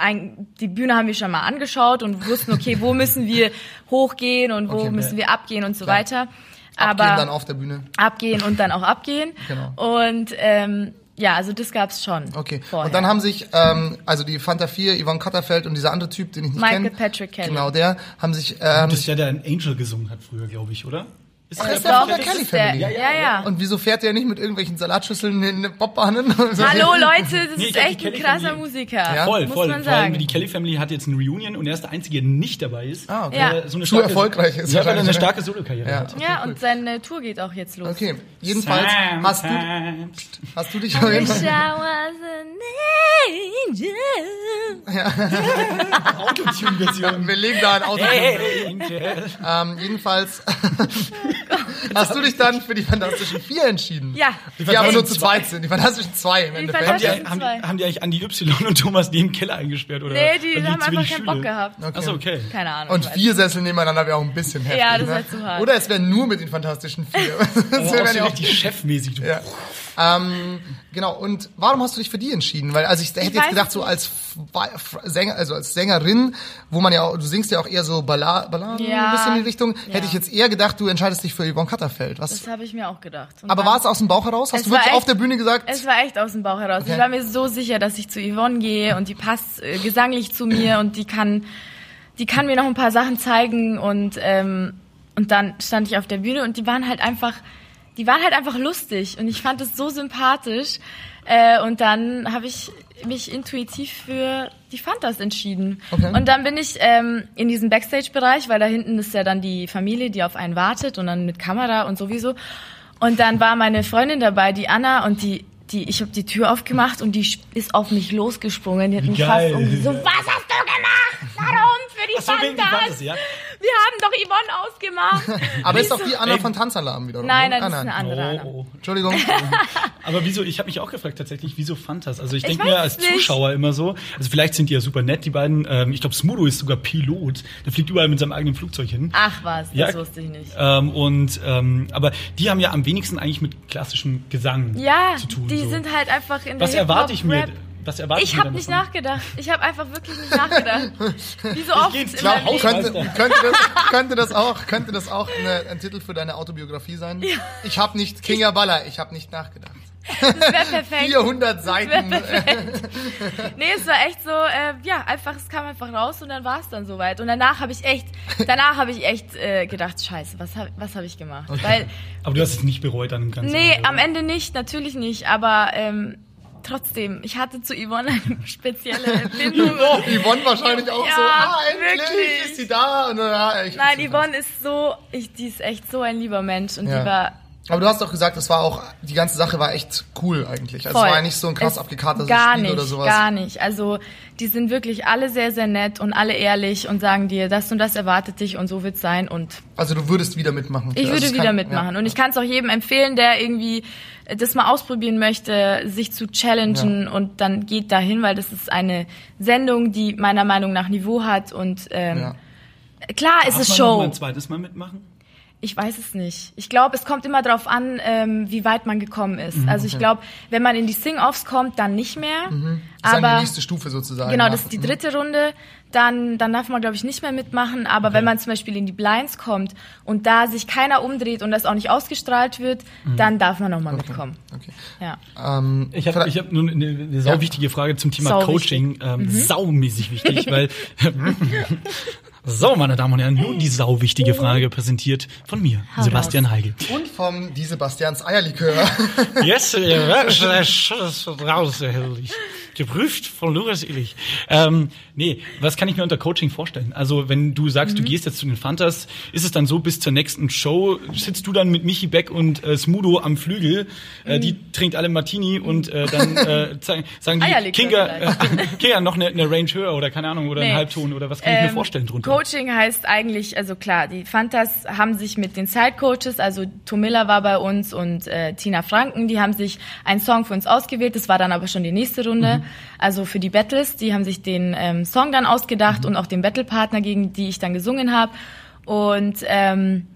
[SPEAKER 4] ein, die Bühne haben wir schon mal angeschaut und wussten, okay, wo müssen wir hochgehen und wo
[SPEAKER 3] Okay,
[SPEAKER 4] müssen wir abgehen und so
[SPEAKER 3] Klar.
[SPEAKER 4] weiter.
[SPEAKER 3] Abgehen
[SPEAKER 4] Aber
[SPEAKER 3] dann auf der Bühne.
[SPEAKER 4] abgehen und dann auch abgehen.
[SPEAKER 3] Genau.
[SPEAKER 4] Und ähm, ja, also das gab's schon.
[SPEAKER 3] Okay.
[SPEAKER 4] Vorher.
[SPEAKER 3] Und dann haben sich, ähm, also die Fanta 4, Yvonne Katterfeld und dieser andere Typ, den ich nicht kenne.
[SPEAKER 4] Michael Patrick Kelly.
[SPEAKER 3] Genau, der, haben sich, äh, haben
[SPEAKER 2] Das ist
[SPEAKER 3] sich
[SPEAKER 2] der, der an Angel gesungen hat früher, glaube ich, oder? Ist
[SPEAKER 3] Ach,
[SPEAKER 2] der
[SPEAKER 3] Äh, ist
[SPEAKER 2] der-
[SPEAKER 3] der von
[SPEAKER 4] Doch,
[SPEAKER 3] der
[SPEAKER 4] das
[SPEAKER 3] Kelly
[SPEAKER 4] ist der,
[SPEAKER 3] Family.
[SPEAKER 4] ja, ja.
[SPEAKER 3] Und wieso fährt er nicht mit irgendwelchen Salatschüsseln in den Popbahnen?
[SPEAKER 4] Hallo Leute, das
[SPEAKER 2] Nee, ich glaub,
[SPEAKER 4] ist
[SPEAKER 2] die
[SPEAKER 4] echt ein
[SPEAKER 2] Kelly
[SPEAKER 4] krasser
[SPEAKER 2] Family-
[SPEAKER 4] Musiker.
[SPEAKER 3] Ja?
[SPEAKER 2] Voll,
[SPEAKER 4] muss
[SPEAKER 2] voll.
[SPEAKER 4] man
[SPEAKER 2] Vor allem
[SPEAKER 4] sagen.
[SPEAKER 2] die Kelly Family hat jetzt ein Reunion und er ist der Einzige, der nicht dabei ist.
[SPEAKER 3] Ah, okay.
[SPEAKER 2] der
[SPEAKER 4] Ja.
[SPEAKER 2] So eine
[SPEAKER 3] Zu
[SPEAKER 2] starke,
[SPEAKER 3] erfolgreich ist
[SPEAKER 2] Ja, weil er eine
[SPEAKER 3] wahrscheinlich,
[SPEAKER 2] starke Solo-Karriere
[SPEAKER 3] Ja.
[SPEAKER 2] hat.
[SPEAKER 4] Ja, und seine Tour geht auch jetzt los.
[SPEAKER 3] Okay, jedenfalls hast du,
[SPEAKER 2] Sometimes.
[SPEAKER 3] hast du dich auf jeden
[SPEAKER 4] Wish I
[SPEAKER 3] Fall...
[SPEAKER 4] was an angel.
[SPEAKER 2] Autotune-Version.
[SPEAKER 3] Wir legen da ein Auto.
[SPEAKER 2] Angel.
[SPEAKER 3] Ähm, jedenfalls hast du dich dann für die Fantastischen Vier entschieden.
[SPEAKER 4] Ja.
[SPEAKER 3] Die, aber nur
[SPEAKER 2] Fantastischen
[SPEAKER 3] zu zweit sind. Die Fantastischen Zwei im
[SPEAKER 2] Haben
[SPEAKER 3] Endeffekt.
[SPEAKER 4] Fantastischen-
[SPEAKER 2] die,
[SPEAKER 4] Das sind
[SPEAKER 2] haben, die,
[SPEAKER 4] zwei.
[SPEAKER 2] haben die eigentlich Andi Y und Thomas die im Keller eingesperrt? Oder
[SPEAKER 4] Nee, die
[SPEAKER 2] Weil
[SPEAKER 4] haben
[SPEAKER 2] zu
[SPEAKER 4] einfach
[SPEAKER 2] wenig
[SPEAKER 4] keinen
[SPEAKER 2] Schüler-
[SPEAKER 4] Bock gehabt.
[SPEAKER 3] also Okay.
[SPEAKER 2] Achso, okay.
[SPEAKER 4] Keine Ahnung.
[SPEAKER 3] Und
[SPEAKER 4] weiß
[SPEAKER 3] vier Sessel nebeneinander wäre auch ein bisschen heftig.
[SPEAKER 4] Ja, das
[SPEAKER 3] ne?
[SPEAKER 4] wäre zu hart.
[SPEAKER 3] Oder es wäre nur mit den Fantastischen Vier.
[SPEAKER 2] Oh,
[SPEAKER 3] das
[SPEAKER 2] auch
[SPEAKER 3] wäre
[SPEAKER 2] so
[SPEAKER 3] ja auch...
[SPEAKER 2] richtig chefmäßig. Du.
[SPEAKER 3] Ja. Ähm, genau, und warum hast du dich für die entschieden? Weil, also ich hätte jetzt
[SPEAKER 4] weiß
[SPEAKER 3] gedacht,
[SPEAKER 4] es
[SPEAKER 3] so als F- F- Sänger, also als Sängerin, wo man ja auch, du singst ja auch eher so Balla- Balladen,
[SPEAKER 4] Ja.
[SPEAKER 3] ein bisschen in die Richtung, hätte
[SPEAKER 4] Ja.
[SPEAKER 3] ich jetzt eher gedacht, du entscheidest dich für Yvonne Katterfeld. Was?
[SPEAKER 4] Das habe ich mir auch gedacht. Und
[SPEAKER 3] Aber
[SPEAKER 4] dann-
[SPEAKER 3] war es aus dem Bauch heraus? Hast
[SPEAKER 4] Es
[SPEAKER 3] du
[SPEAKER 4] war
[SPEAKER 3] wirklich auf
[SPEAKER 4] echt-
[SPEAKER 3] der Bühne gesagt?
[SPEAKER 4] Es war echt aus dem Bauch heraus.
[SPEAKER 3] Okay.
[SPEAKER 4] Ich war mir so sicher, dass ich zu Yvonne gehe und die passt äh, gesanglich zu mir und die kann, die kann mir noch ein paar Sachen zeigen und ähm, und dann stand ich auf der Bühne und die waren halt einfach, die waren halt einfach lustig und ich fand es so sympathisch äh, und dann habe ich mich intuitiv für die Fantas entschieden.
[SPEAKER 3] Okay.
[SPEAKER 4] Und dann bin ich ähm, in diesem Backstage-Bereich, weil da hinten ist ja dann die Familie, die auf einen wartet und dann mit Kamera und sowieso. Und dann war meine Freundin dabei, die Anna, und die, die ich habe die Tür aufgemacht und die sch- ist auf mich losgesprungen. Die hat mich
[SPEAKER 2] geil.
[SPEAKER 4] fast umge- so, was hast du gemacht? Warum? Für die
[SPEAKER 2] Achso, wegen die
[SPEAKER 4] Fantas?
[SPEAKER 2] Fantas, ja.
[SPEAKER 4] Wir haben doch Yvonne ausgemacht.
[SPEAKER 3] Aber ist auch die Anna von Tanzalarm wiederum.
[SPEAKER 4] Nein,
[SPEAKER 3] ne?
[SPEAKER 4] nein, das ist
[SPEAKER 3] Ah,
[SPEAKER 4] eine
[SPEAKER 2] Oh,
[SPEAKER 4] andere Anna.
[SPEAKER 2] oh.
[SPEAKER 3] Entschuldigung.
[SPEAKER 2] Aber wieso, ich habe mich auch gefragt tatsächlich, wieso Fantas? Also ich
[SPEAKER 4] Ich
[SPEAKER 2] denke
[SPEAKER 4] weiß
[SPEAKER 2] mir als
[SPEAKER 4] es nicht.
[SPEAKER 2] Zuschauer immer so, also vielleicht sind die ja super nett, die beiden. Ähm, ich glaube, Smudo ist sogar Pilot. Der fliegt überall mit seinem eigenen Flugzeug hin.
[SPEAKER 4] Ach was, Ah, das
[SPEAKER 2] Ja.
[SPEAKER 4] wusste ich nicht.
[SPEAKER 2] Ähm, und ähm, aber die haben ja am wenigsten eigentlich mit klassischem Gesang
[SPEAKER 4] Ja,
[SPEAKER 2] zu tun.
[SPEAKER 4] die
[SPEAKER 2] so.
[SPEAKER 4] sind halt einfach in
[SPEAKER 2] Was
[SPEAKER 4] der
[SPEAKER 2] erwarte ich mir?
[SPEAKER 4] Hip-Hop-Rap-
[SPEAKER 2] Was erwarte ich
[SPEAKER 4] Ich
[SPEAKER 2] mir
[SPEAKER 4] habe
[SPEAKER 2] dann
[SPEAKER 4] nicht
[SPEAKER 2] davon?
[SPEAKER 4] nachgedacht. Ich habe einfach wirklich nicht nachgedacht. Wie so oft.
[SPEAKER 2] geht's
[SPEAKER 4] in
[SPEAKER 2] klar
[SPEAKER 4] meinem
[SPEAKER 2] aus,
[SPEAKER 4] Leben.
[SPEAKER 3] könnte, könnte, das, könnte das auch, könnte das auch eine, ein Titel für deine Autobiografie sein? Ich habe nicht Kinga Baller, ich habe nicht nachgedacht.
[SPEAKER 4] Das wäre perfekt.
[SPEAKER 3] 400 Seiten.
[SPEAKER 4] Nee, es war echt so, äh, ja, einfach, es kam einfach raus und dann war es dann soweit. Und danach habe ich echt, danach habe ich echt äh, gedacht, scheiße, was habe was hab ich gemacht? Weil,
[SPEAKER 2] Aber du hast es nicht bereut an dem ganzen
[SPEAKER 4] nee,
[SPEAKER 2] Ende,
[SPEAKER 4] am
[SPEAKER 2] oder?
[SPEAKER 4] Ende nicht, natürlich nicht, aber ähm, trotzdem, ich hatte zu Yvonne eine spezielle Bindung.
[SPEAKER 3] Yvonne wahrscheinlich auch
[SPEAKER 4] Ja,
[SPEAKER 3] so, ah, endlich
[SPEAKER 4] wirklich.
[SPEAKER 3] ist sie da. Und, dann, ah, ich
[SPEAKER 4] Nein, Yvonne ist so, ich, die ist echt so ein lieber Mensch und
[SPEAKER 3] Ja.
[SPEAKER 4] die war
[SPEAKER 3] Aber du hast doch gesagt, es war auch, die ganze Sache war echt cool eigentlich. Also es
[SPEAKER 4] Voll.
[SPEAKER 3] war ja nicht so ein krass
[SPEAKER 4] Es-
[SPEAKER 3] abgekatertes
[SPEAKER 4] gar
[SPEAKER 3] Spiel
[SPEAKER 4] nicht,
[SPEAKER 3] oder sowas.
[SPEAKER 4] Gar nicht. Also die sind wirklich alle sehr, sehr nett und alle ehrlich und sagen dir, das und das erwartet dich und so wird's sein und
[SPEAKER 3] Also du würdest wieder mitmachen.
[SPEAKER 4] ich
[SPEAKER 3] Also
[SPEAKER 4] würde
[SPEAKER 3] es
[SPEAKER 4] wieder
[SPEAKER 3] kann-
[SPEAKER 4] mitmachen.
[SPEAKER 3] Ja.
[SPEAKER 4] Und ich kann es auch jedem empfehlen, der irgendwie äh, das mal ausprobieren möchte, sich zu challengen und dann geht dahin, weil das ist eine Sendung, die meiner Meinung nach Niveau hat und ähm,
[SPEAKER 3] Ja.
[SPEAKER 4] klar ist
[SPEAKER 2] Darf man noch
[SPEAKER 4] es
[SPEAKER 2] mal
[SPEAKER 4] Show.
[SPEAKER 2] ein zweites Mal mitmachen?
[SPEAKER 4] Ich weiß es nicht. Ich glaube, es kommt immer darauf an, ähm, wie weit man gekommen ist.
[SPEAKER 3] Mhm,
[SPEAKER 4] also ich glaube, wenn man in die Sing-Offs kommt, dann nicht mehr.
[SPEAKER 3] Das ist dann Mhm. die
[SPEAKER 4] Aber
[SPEAKER 3] nächste Stufe sozusagen.
[SPEAKER 4] Genau,
[SPEAKER 3] ja.
[SPEAKER 4] das ist
[SPEAKER 2] ne?
[SPEAKER 4] die dritte Runde. Dann, dann darf man, glaube ich, nicht mehr mitmachen. Aber wenn man zum Beispiel in die Blinds kommt und da sich keiner umdreht und das auch nicht ausgestrahlt wird,
[SPEAKER 2] Mhm.
[SPEAKER 4] dann darf man nochmal mitkommen.
[SPEAKER 3] Okay.
[SPEAKER 4] Ja.
[SPEAKER 2] Ah,
[SPEAKER 3] Ähm,
[SPEAKER 2] Ich habe ich hab nun eine, eine sau wichtige Frage zum Thema
[SPEAKER 4] Sau
[SPEAKER 2] Coaching. Ähm,
[SPEAKER 4] Mhm.
[SPEAKER 2] Saumäßig wichtig, weil. so, meine Damen und Herren, nun die sau wichtige Frage präsentiert von mir, Sebastian Heigel.
[SPEAKER 3] und vom Die Sebastians Eierlikör.
[SPEAKER 2] Yes, raus, herrlich. Geprüft von Lukas Illich. Ähm, nee, was kann ich mir unter Coaching vorstellen? Also, wenn du sagst, du
[SPEAKER 4] Mhm.
[SPEAKER 2] gehst jetzt zu den Fantas, ist es dann so, bis zur nächsten Show sitzt du dann mit Michi Beck und äh, Smudo am Flügel,
[SPEAKER 4] Mhm.
[SPEAKER 2] äh, die trinkt alle Martini und äh, dann äh, zeigen- sagen die,
[SPEAKER 4] Eierlikör
[SPEAKER 2] Kinga, äh, Kinga noch eine, eine Range höher oder keine Ahnung, oder
[SPEAKER 4] Nee.
[SPEAKER 2] einen Halbton oder was kann ich mir
[SPEAKER 4] Ähm,
[SPEAKER 2] vorstellen drunter?
[SPEAKER 4] Coaching heißt eigentlich, also klar, die Fantas haben sich mit den Side-Coaches, also Tomilla war bei uns und äh, Tina Franken, die haben sich einen Song für uns ausgewählt, das war dann aber schon die nächste Runde,
[SPEAKER 2] Mhm.
[SPEAKER 4] also für die Battles, die haben sich den ähm, Song dann
[SPEAKER 2] Mhm.
[SPEAKER 4] ausgedacht und auch den Battle-Partner, gegen die ich dann gesungen habe und, ähm,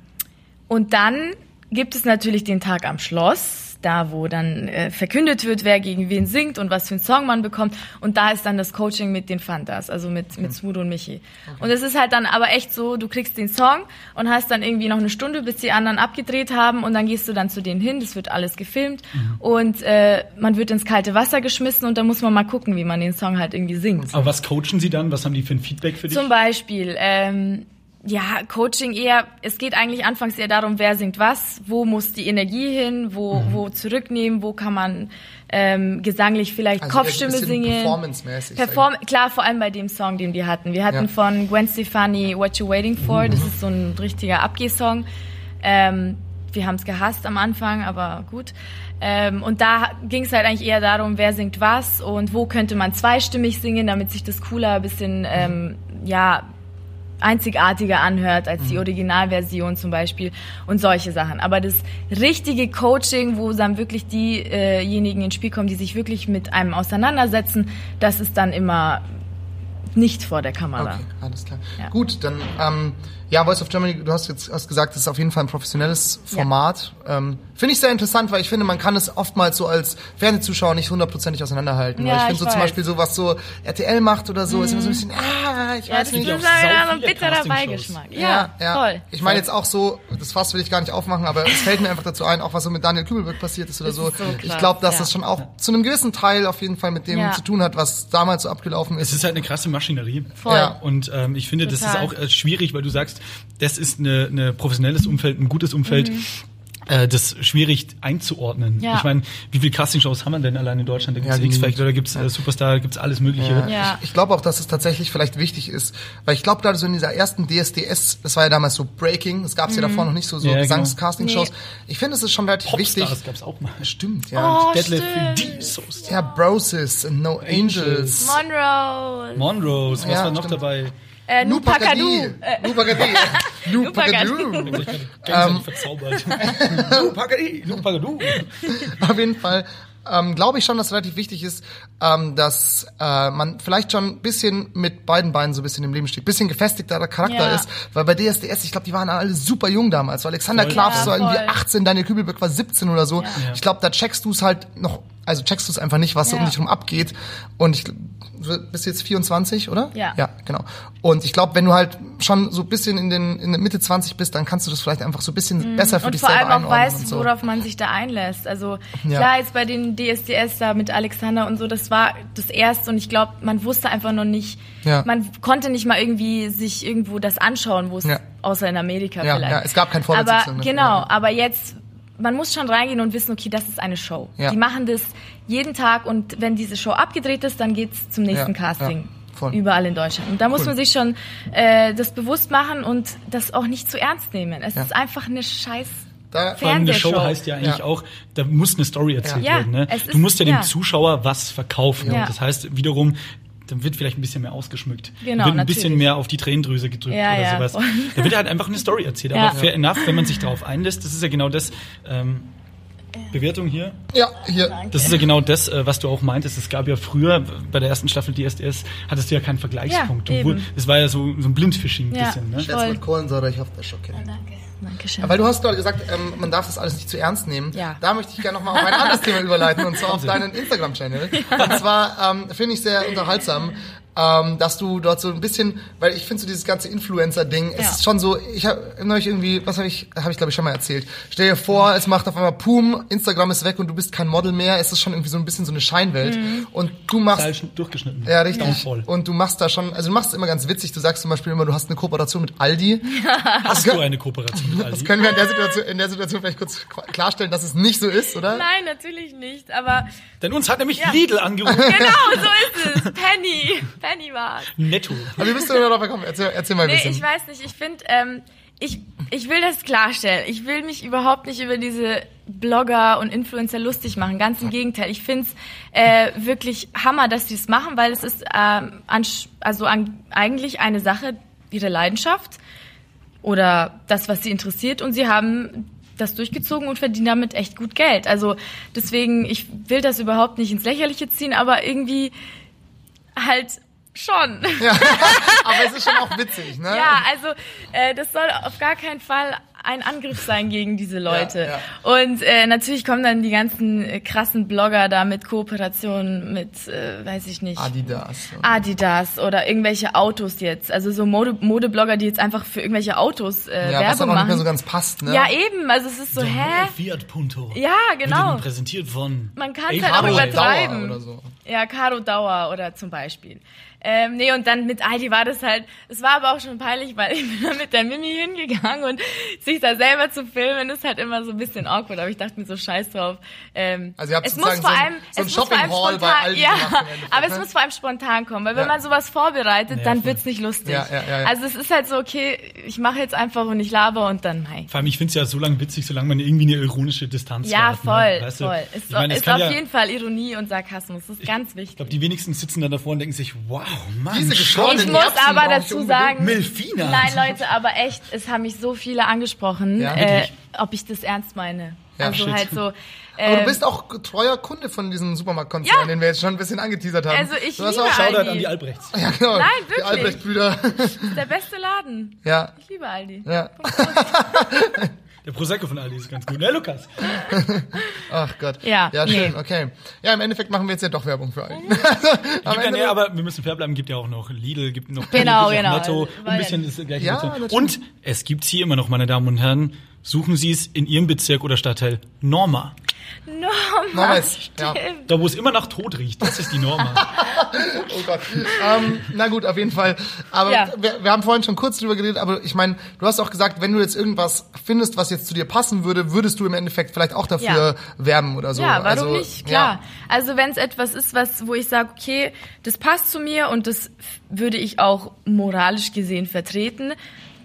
[SPEAKER 4] und dann gibt es natürlich den Tag am Schloss, da wo dann äh, verkündet wird, wer gegen wen singt und was für einen Song man bekommt. Und da ist dann das Coaching mit den Fantas, also mit, mit Smudo und Michi. Und es ist halt dann aber echt so, du kriegst den Song und hast dann irgendwie noch eine Stunde, bis die anderen abgedreht haben und dann gehst du dann zu denen hin, das wird alles gefilmt und äh, man wird ins kalte Wasser geschmissen und dann muss man mal gucken, wie man den Song halt irgendwie singt.
[SPEAKER 2] Aber was coachen sie dann? Was haben die für ein Feedback für dich?
[SPEAKER 4] Zum Beispiel, ähm, ja, Coaching eher, es geht eigentlich anfangs eher darum, wer singt was, wo muss die Energie hin, wo,
[SPEAKER 3] Mhm.
[SPEAKER 4] wo zurücknehmen, wo kann man ähm, gesanglich vielleicht
[SPEAKER 3] Also eher so ein
[SPEAKER 4] Kopfstimme
[SPEAKER 3] bisschen
[SPEAKER 4] singen.
[SPEAKER 3] performancemäßig,
[SPEAKER 4] Perform Klar, vor allem bei dem Song, den wir hatten. Wir hatten
[SPEAKER 3] Ja.
[SPEAKER 4] von Gwen Stefani What You Waiting For, das ist so ein richtiger Abgehsong. Ähm, wir haben es gehasst am Anfang, aber gut. Ähm, und da ging es halt eigentlich eher darum, wer singt was und wo könnte man zweistimmig singen, damit sich das cooler, bisschen ähm, ja einzigartiger anhört als
[SPEAKER 3] Mhm.
[SPEAKER 4] die Originalversion zum Beispiel und solche Sachen. Aber das richtige Coaching, wo dann wirklich diejenigen ins Spiel kommen, die sich wirklich mit einem auseinandersetzen, das ist dann immer nicht vor der Kamera.
[SPEAKER 3] Okay, alles klar.
[SPEAKER 4] Ja.
[SPEAKER 3] Gut, dann, ähm, ja, Voice of Germany, du hast jetzt hast gesagt, es ist auf jeden Fall ein professionelles Format. Ähm, finde ich sehr interessant, weil ich finde, man kann es oftmals so als Fernsehzuschauer nicht hundertprozentig auseinanderhalten.
[SPEAKER 4] Ja,
[SPEAKER 3] weil ich finde
[SPEAKER 4] ich
[SPEAKER 3] so zum
[SPEAKER 4] weiß.
[SPEAKER 3] Beispiel so, was so RTL macht oder so, ist immer so ein bisschen, ah, ich weiß
[SPEAKER 4] das
[SPEAKER 3] nicht.
[SPEAKER 4] ist
[SPEAKER 2] gibt auch sau
[SPEAKER 4] ja so ein
[SPEAKER 2] viele
[SPEAKER 4] bitterer
[SPEAKER 2] Castingshows.
[SPEAKER 4] Beigeschmack. Ja, toll.
[SPEAKER 3] Ich meine jetzt auch so, das Fass will ich gar nicht aufmachen, aber es fällt mir einfach dazu ein, auch was so mit Daniel Kübelberg passiert ist oder
[SPEAKER 4] Das
[SPEAKER 3] so.
[SPEAKER 4] ist so
[SPEAKER 3] ich
[SPEAKER 4] krass,
[SPEAKER 3] glaube, dass
[SPEAKER 4] ja.
[SPEAKER 3] das schon auch zu einem gewissen Teil auf jeden Fall mit dem
[SPEAKER 4] Ja.
[SPEAKER 3] zu tun hat, was damals so abgelaufen
[SPEAKER 2] Es
[SPEAKER 3] ist.
[SPEAKER 2] ist halt eine krasse Maschinerie.
[SPEAKER 4] Voll.
[SPEAKER 3] Ja.
[SPEAKER 2] Und ähm, ich finde, das ist
[SPEAKER 4] Total.
[SPEAKER 2] auch äh, schwierig, weil du sagst, das ist eine, eine professionelles Umfeld, ein gutes Umfeld. äh, Das schwierig einzuordnen.
[SPEAKER 4] Mhm. Ja.
[SPEAKER 2] Ich meine, wie viele Castingshows haben wir denn allein in Deutschland? Da gibt's
[SPEAKER 3] Ja,
[SPEAKER 2] X-Factor, da gibt's äh, Superstar, da gibt's alles Mögliche.
[SPEAKER 3] Ja.
[SPEAKER 4] Ja.
[SPEAKER 3] Ich, ich glaube auch, dass es tatsächlich vielleicht wichtig ist, weil ich glaube gerade so in dieser ersten DSDS, das war ja damals so Breaking, das gab es ja davor noch nicht so, so
[SPEAKER 2] Ja, genau.
[SPEAKER 3] Gesangscasting-Shows.
[SPEAKER 4] Mhm. Nee.
[SPEAKER 3] Ich finde, es ist schon relativ
[SPEAKER 2] Popstars
[SPEAKER 3] wichtig.
[SPEAKER 2] gab's auch mal.
[SPEAKER 3] Stimmt, ja.
[SPEAKER 4] Oh,
[SPEAKER 2] Deadlift,
[SPEAKER 4] stimmt.
[SPEAKER 2] die Soße.
[SPEAKER 3] Ja, Broses and No Angels.
[SPEAKER 4] Monroe,
[SPEAKER 2] Monrose, was
[SPEAKER 3] Ja,
[SPEAKER 2] war noch
[SPEAKER 3] stimmt.
[SPEAKER 2] dabei?
[SPEAKER 4] äh, Nupakadu, äh,
[SPEAKER 3] Nupakadu.
[SPEAKER 4] Nupakadu.
[SPEAKER 3] Nupakadu.
[SPEAKER 2] Ähm. Verzaubert.
[SPEAKER 3] Ähm.
[SPEAKER 2] Lupagadi, Lupagadu.
[SPEAKER 3] Auf jeden Fall ähm, glaube ich schon, dass relativ wichtig ist, ähm, dass äh, man vielleicht schon ein bisschen mit beiden Beinen so ein bisschen im Leben steht, bisschen gefestigter Charakter
[SPEAKER 4] Ja.
[SPEAKER 3] ist, weil bei DSDS, ich glaube, die waren alle super jung damals. Alexander Klavs
[SPEAKER 4] Ja,
[SPEAKER 3] war irgendwie
[SPEAKER 4] voll.
[SPEAKER 3] 18, Daniel Kübelböck war 17 oder so. Ich glaube, da checkst du es halt noch, also checkst du es einfach nicht, was so um
[SPEAKER 4] Ja.
[SPEAKER 3] dich rum abgeht. Und ich gl- du bist jetzt 24, oder?
[SPEAKER 4] Ja.
[SPEAKER 3] Ja, genau. Und ich glaube, wenn du halt schon so ein bisschen in den in der Mitte 20 bist, dann kannst du das vielleicht einfach so ein bisschen besser für
[SPEAKER 4] Mhm. und
[SPEAKER 3] dich
[SPEAKER 4] vor
[SPEAKER 3] selber
[SPEAKER 4] allem auch
[SPEAKER 3] einordnen
[SPEAKER 4] weiß,
[SPEAKER 3] und so.
[SPEAKER 4] worauf man sich da einlässt. Also
[SPEAKER 3] Ja.
[SPEAKER 4] klar, jetzt bei den DSDS da mit Alexander und so, das war das erste und ich glaube, man wusste einfach noch nicht,
[SPEAKER 3] Ja.
[SPEAKER 4] man konnte nicht mal irgendwie sich irgendwo das anschauen, wo es
[SPEAKER 3] Ja.
[SPEAKER 4] außer in Amerika
[SPEAKER 3] Ja,
[SPEAKER 4] vielleicht.
[SPEAKER 3] ja, es gab kein Vorwärts
[SPEAKER 4] Aber
[SPEAKER 3] sozusagen, ne?
[SPEAKER 4] genau,
[SPEAKER 3] Ja.
[SPEAKER 4] aber jetzt man muss schon reingehen und wissen, okay, das ist eine Show.
[SPEAKER 3] Ja.
[SPEAKER 4] Die machen das jeden Tag und wenn diese Show abgedreht ist, dann geht's zum nächsten
[SPEAKER 3] Ja,
[SPEAKER 4] Casting.
[SPEAKER 3] ja, voll.
[SPEAKER 4] Überall in Deutschland. Und da muss man sich schon äh, das bewusst machen und das auch nicht zu ernst nehmen. Es
[SPEAKER 3] Ja.
[SPEAKER 4] ist einfach eine scheiß
[SPEAKER 3] da,
[SPEAKER 2] Vor allem eine Show
[SPEAKER 4] Fernsehshow.
[SPEAKER 2] heißt ja eigentlich
[SPEAKER 3] Ja.
[SPEAKER 2] auch, da muss eine Story erzählt
[SPEAKER 4] Ja.
[SPEAKER 2] werden. Ne?
[SPEAKER 4] Ja, es ist-
[SPEAKER 2] du musst ja dem
[SPEAKER 4] ja.
[SPEAKER 2] Zuschauer was verkaufen.
[SPEAKER 4] Ja.
[SPEAKER 2] Das heißt wiederum, dann wird vielleicht ein bisschen mehr ausgeschmückt. Da
[SPEAKER 4] Genau,
[SPEAKER 2] wird ein
[SPEAKER 4] natürlich.
[SPEAKER 2] bisschen mehr auf die Tränendrüse gedrückt
[SPEAKER 4] Ja,
[SPEAKER 2] oder
[SPEAKER 4] ja,
[SPEAKER 2] sowas.
[SPEAKER 4] voll.
[SPEAKER 2] Da wird halt einfach eine Story erzählt.
[SPEAKER 4] Ja.
[SPEAKER 2] Aber fair enough, wenn man sich darauf einlässt, das ist ja genau das. Ähm, Bewertung hier.
[SPEAKER 3] Ja, hier.
[SPEAKER 2] Das ist ja genau das, äh, was du auch meintest. Es gab ja früher bei der ersten Staffel DSDS hattest du ja keinen Vergleichspunkt.
[SPEAKER 4] Ja,
[SPEAKER 2] Obwohl,
[SPEAKER 4] eben.
[SPEAKER 2] es war ja so, so ein Blindfishing ein
[SPEAKER 4] Ja.
[SPEAKER 2] bisschen. Ne?
[SPEAKER 3] Jetzt mit Kohlensäure, ich hoffe, das ist okay.
[SPEAKER 4] Danke. Dankeschön.
[SPEAKER 3] Weil du hast gerade gesagt, ähm, man darf das alles nicht zu ernst nehmen.
[SPEAKER 4] Ja.
[SPEAKER 3] Da möchte ich gerne nochmal auf ein anderes Thema überleiten, und zwar auf deinen Instagram-Channel. Und zwar ähm, finde ich sehr unterhaltsam. ähm, dass du dort so ein bisschen, weil ich finde so dieses ganze Influencer-Ding, es
[SPEAKER 4] Ja.
[SPEAKER 3] ist schon so, ich habe neulich irgendwie, was habe ich, habe ich glaube ich schon mal erzählt, stell dir vor, es macht auf einmal Pum, Instagram ist weg und du bist kein Model mehr, es ist schon irgendwie so ein bisschen so eine Scheinwelt
[SPEAKER 4] Mhm.
[SPEAKER 3] und du machst
[SPEAKER 2] Teil schon durchgeschnitten.
[SPEAKER 3] ja, richtig.
[SPEAKER 2] Downfall.
[SPEAKER 3] Und du machst da schon, also du machst es immer ganz witzig. Du sagst zum Beispiel immer, du hast eine Kooperation mit Aldi.
[SPEAKER 2] Hast du eine Kooperation mit
[SPEAKER 3] Das
[SPEAKER 2] Aldi?
[SPEAKER 3] können wir in der Situation, in der Situation vielleicht kurz klarstellen, dass es nicht so ist, oder?
[SPEAKER 4] Nein, natürlich nicht, aber
[SPEAKER 2] Denn uns hat nämlich Lidl angerufen.
[SPEAKER 4] genau so ist es. Penny, Penny war's.
[SPEAKER 2] Netto.
[SPEAKER 3] Aber wie bist du denn darauf gekommen? Erzähl, erzähl mal ein
[SPEAKER 4] Nee,
[SPEAKER 3] bisschen.
[SPEAKER 4] ich weiß nicht. Ich finde, ähm, ich, ich will das klarstellen. Ich will mich überhaupt nicht über diese Blogger und Influencer lustig machen. Ganz im Gegenteil. Ich finde es äh, wirklich Hammer, dass die es machen, weil es ist ähm, ansch- also an, eigentlich eine Sache, ihre Leidenschaft oder das, was sie interessiert. Und sie haben das durchgezogen und verdienen damit echt gut Geld. Also deswegen, ich will das überhaupt nicht ins Lächerliche ziehen, aber irgendwie halt schon.
[SPEAKER 3] Aber es ist schon auch witzig, ne?
[SPEAKER 4] Ja, also äh, das soll auf gar keinen Fall ein Angriff sein gegen diese Leute.
[SPEAKER 3] Ja,
[SPEAKER 4] Und äh, natürlich kommen dann die ganzen äh, krassen Blogger da mit Kooperationen mit, äh, weiß ich nicht.
[SPEAKER 3] Adidas.
[SPEAKER 4] Ah, Adidas oder irgendwelche Autos jetzt. Also so Mode Modeblogger, die jetzt einfach für irgendwelche Autos äh,
[SPEAKER 3] Ja, was auch
[SPEAKER 4] Werbung
[SPEAKER 3] noch nicht mehr
[SPEAKER 4] machen.
[SPEAKER 3] so ganz passt, ne?
[SPEAKER 4] ja, eben. Also es ist so, hä?
[SPEAKER 2] Fiat Punto.
[SPEAKER 4] Ja, genau.
[SPEAKER 2] Wird Ihnen Präsentiert von.
[SPEAKER 4] Man kann's
[SPEAKER 2] Ey,
[SPEAKER 4] halt auch
[SPEAKER 2] Caro.
[SPEAKER 3] Caro
[SPEAKER 4] übertreiben.
[SPEAKER 3] Oh, Dauer oder so.
[SPEAKER 4] Ja, Caro Dauer oder zum Beispiel. Ähm, nee, und dann mit Aldi war das halt, es war aber auch schon peinlich, weil ich bin dann mit der Mimi hingegangen und sich da selber zu filmen, ist halt immer so ein bisschen awkward, aber ich dachte mir so scheiß drauf. Ähm,
[SPEAKER 3] Also ihr habt
[SPEAKER 4] es muss
[SPEAKER 3] sozusagen
[SPEAKER 4] vor
[SPEAKER 3] so ein-
[SPEAKER 4] allem,
[SPEAKER 3] so ein
[SPEAKER 4] es muss vor allem
[SPEAKER 3] Shopping-Hall bei
[SPEAKER 4] spontan,
[SPEAKER 3] Aldi
[SPEAKER 4] ja,
[SPEAKER 3] gemacht im Endeffekt,
[SPEAKER 4] aber es
[SPEAKER 3] ne?
[SPEAKER 4] muss vor allem spontan kommen, weil wenn
[SPEAKER 3] Ja.
[SPEAKER 4] man sowas vorbereitet, dann wird's nicht lustig.
[SPEAKER 3] Ja, ja, ja, ja.
[SPEAKER 4] Also es ist halt so, okay, ich mache jetzt einfach und ich laber und dann, hey.
[SPEAKER 2] Vor allem, ich finde es ja so lang witzig, solange man irgendwie eine ironische Distanz
[SPEAKER 4] Ja,
[SPEAKER 2] wahrt,
[SPEAKER 4] voll,
[SPEAKER 2] ne? Weißt du,
[SPEAKER 4] voll.
[SPEAKER 2] Ich
[SPEAKER 4] Ist,
[SPEAKER 2] mein, es
[SPEAKER 4] ist
[SPEAKER 2] kann
[SPEAKER 4] auf
[SPEAKER 2] ja,
[SPEAKER 4] jeden Fall Ironie und Sarkasmus, das ist ganz wichtig.
[SPEAKER 2] Ich glaube, die wenigsten sitzen dann davor und denken sich, wow, Mann,
[SPEAKER 3] Diese
[SPEAKER 2] schau
[SPEAKER 3] geschorenen
[SPEAKER 4] Ich muss
[SPEAKER 3] Erbsen
[SPEAKER 4] aber
[SPEAKER 3] brauche ich
[SPEAKER 4] dazu
[SPEAKER 3] unbedingt.
[SPEAKER 4] sagen,
[SPEAKER 2] Milfina.
[SPEAKER 4] nein Leute, aber echt, es haben mich so viele angesprochen,
[SPEAKER 3] Ja,
[SPEAKER 4] äh,
[SPEAKER 3] wirklich?
[SPEAKER 4] ob ich das ernst meine.
[SPEAKER 3] Ja,
[SPEAKER 4] also
[SPEAKER 3] shit.
[SPEAKER 4] halt so.
[SPEAKER 3] Aber du
[SPEAKER 4] ähm,
[SPEAKER 3] bist auch treuer Kunde von diesem Supermarktkonzern,
[SPEAKER 4] Ja.
[SPEAKER 3] den wir jetzt schon ein bisschen angeteasert haben.
[SPEAKER 4] Also ich
[SPEAKER 3] du hast
[SPEAKER 4] liebe
[SPEAKER 3] auch
[SPEAKER 2] Shoutout
[SPEAKER 4] Aldi.
[SPEAKER 2] an die Albrechts.
[SPEAKER 3] Ja, genau.
[SPEAKER 4] Nein,
[SPEAKER 3] Die
[SPEAKER 4] wirklich.
[SPEAKER 3] Albrecht-Brüder.
[SPEAKER 4] der beste Laden.
[SPEAKER 3] ja,
[SPEAKER 4] Ich liebe Aldi.
[SPEAKER 3] ja.
[SPEAKER 2] Der Prosecco von Aldi ist ganz gut. Ne, Lukas?
[SPEAKER 3] Ach Gott.
[SPEAKER 4] Ja,
[SPEAKER 3] Ja, schön,
[SPEAKER 4] nee. Mhm.
[SPEAKER 3] okay. Ja, im Endeffekt machen wir jetzt ja doch Werbung für Aldi. Am
[SPEAKER 2] Gibt ja, nee, aber wir müssen fair bleiben, gibt ja auch noch Lidl, gibt noch
[SPEAKER 4] Genau,
[SPEAKER 2] gibt
[SPEAKER 4] genau.
[SPEAKER 2] noch Netto,
[SPEAKER 4] Also, war
[SPEAKER 2] ein
[SPEAKER 4] ja
[SPEAKER 2] bisschen ist gleich
[SPEAKER 3] Ja, natürlich.
[SPEAKER 2] Und es gibt hier immer noch, meine Damen und Herren, suchen Sie es in Ihrem Bezirk oder Stadtteil, Norma.
[SPEAKER 4] Norma.
[SPEAKER 3] Norwitz, ja.
[SPEAKER 4] Stimmt.
[SPEAKER 2] Da, wo es immer nach Tod riecht, das ist die Norma.
[SPEAKER 3] Oh Gott. Ähm, na gut, auf jeden Fall. Aber
[SPEAKER 4] Ja.
[SPEAKER 3] wir, wir haben vorhin schon kurz drüber geredet, aber ich meine, du hast auch gesagt, wenn du jetzt irgendwas findest, was jetzt zu dir passen würde, würdest du im Endeffekt vielleicht auch dafür
[SPEAKER 4] Ja.
[SPEAKER 3] werben oder so.
[SPEAKER 4] Ja, warum
[SPEAKER 3] also,
[SPEAKER 4] nicht? Klar. Also wenn es etwas ist, was, wo ich sage, okay, das passt zu mir und das f- würde ich auch moralisch gesehen vertreten,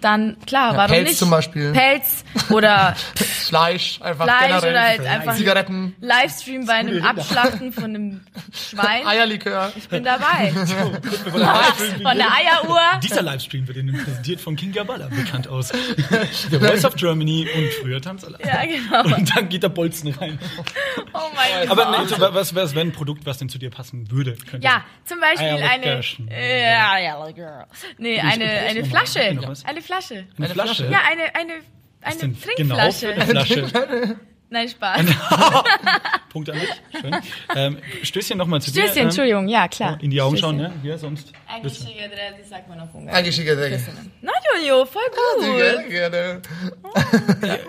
[SPEAKER 4] dann klar, warum
[SPEAKER 3] Pelz
[SPEAKER 4] nicht?
[SPEAKER 3] zum Beispiel.
[SPEAKER 4] Pelz oder
[SPEAKER 3] Ja. Fleisch, einfach
[SPEAKER 4] Fleisch
[SPEAKER 3] generell.
[SPEAKER 4] oder halt einfach
[SPEAKER 3] Zigaretten,
[SPEAKER 4] Livestream bei einem Abschlachten von einem Schwein.
[SPEAKER 3] Eierlikör.
[SPEAKER 4] Ich bin dabei.
[SPEAKER 2] Von der Livestream-
[SPEAKER 4] Von der Eieruhr.
[SPEAKER 2] Dieser Livestream wird Ihnen präsentiert von King Gabala, bekannt aus The Voice of Germany und früher Tanzala.
[SPEAKER 4] Ja, genau.
[SPEAKER 2] Und dann geht der Bolzen rein.
[SPEAKER 4] Oh mein Gott.
[SPEAKER 2] Aber nee, so, was wäre ein Produkt, was denn zu dir passen würde? Könnte.
[SPEAKER 4] ja, zum Beispiel eine.
[SPEAKER 2] Eierlikörchen.
[SPEAKER 4] Ja, ja, girl. Nee, eine,
[SPEAKER 2] probier
[SPEAKER 4] eine
[SPEAKER 2] noch mal.
[SPEAKER 4] Flasche.
[SPEAKER 2] Noch was?
[SPEAKER 4] Eine Flasche.
[SPEAKER 2] Eine Flasche?
[SPEAKER 4] Ja, eine, eine,
[SPEAKER 2] Was denn
[SPEAKER 4] eine
[SPEAKER 2] genau für
[SPEAKER 4] Trinkflasche.
[SPEAKER 2] eine Flasche.
[SPEAKER 4] Nein, Spaß.
[SPEAKER 2] Punkt an mich. Schön. Ähm, Stößchen nochmal zu
[SPEAKER 4] Stößchen,
[SPEAKER 2] dir. ähm,
[SPEAKER 4] Entschuldigung, ja, klar.
[SPEAKER 2] In die Augen
[SPEAKER 4] Stößchen.
[SPEAKER 2] schauen, ne? Ja, sonst.
[SPEAKER 4] Eigentlich
[SPEAKER 2] Bisschen.
[SPEAKER 4] schicke Adresse, sagt man auf Ungarn.
[SPEAKER 3] Eingeschicke Dinge.
[SPEAKER 4] Na, Jojo, voll gut.
[SPEAKER 3] Zigaretten.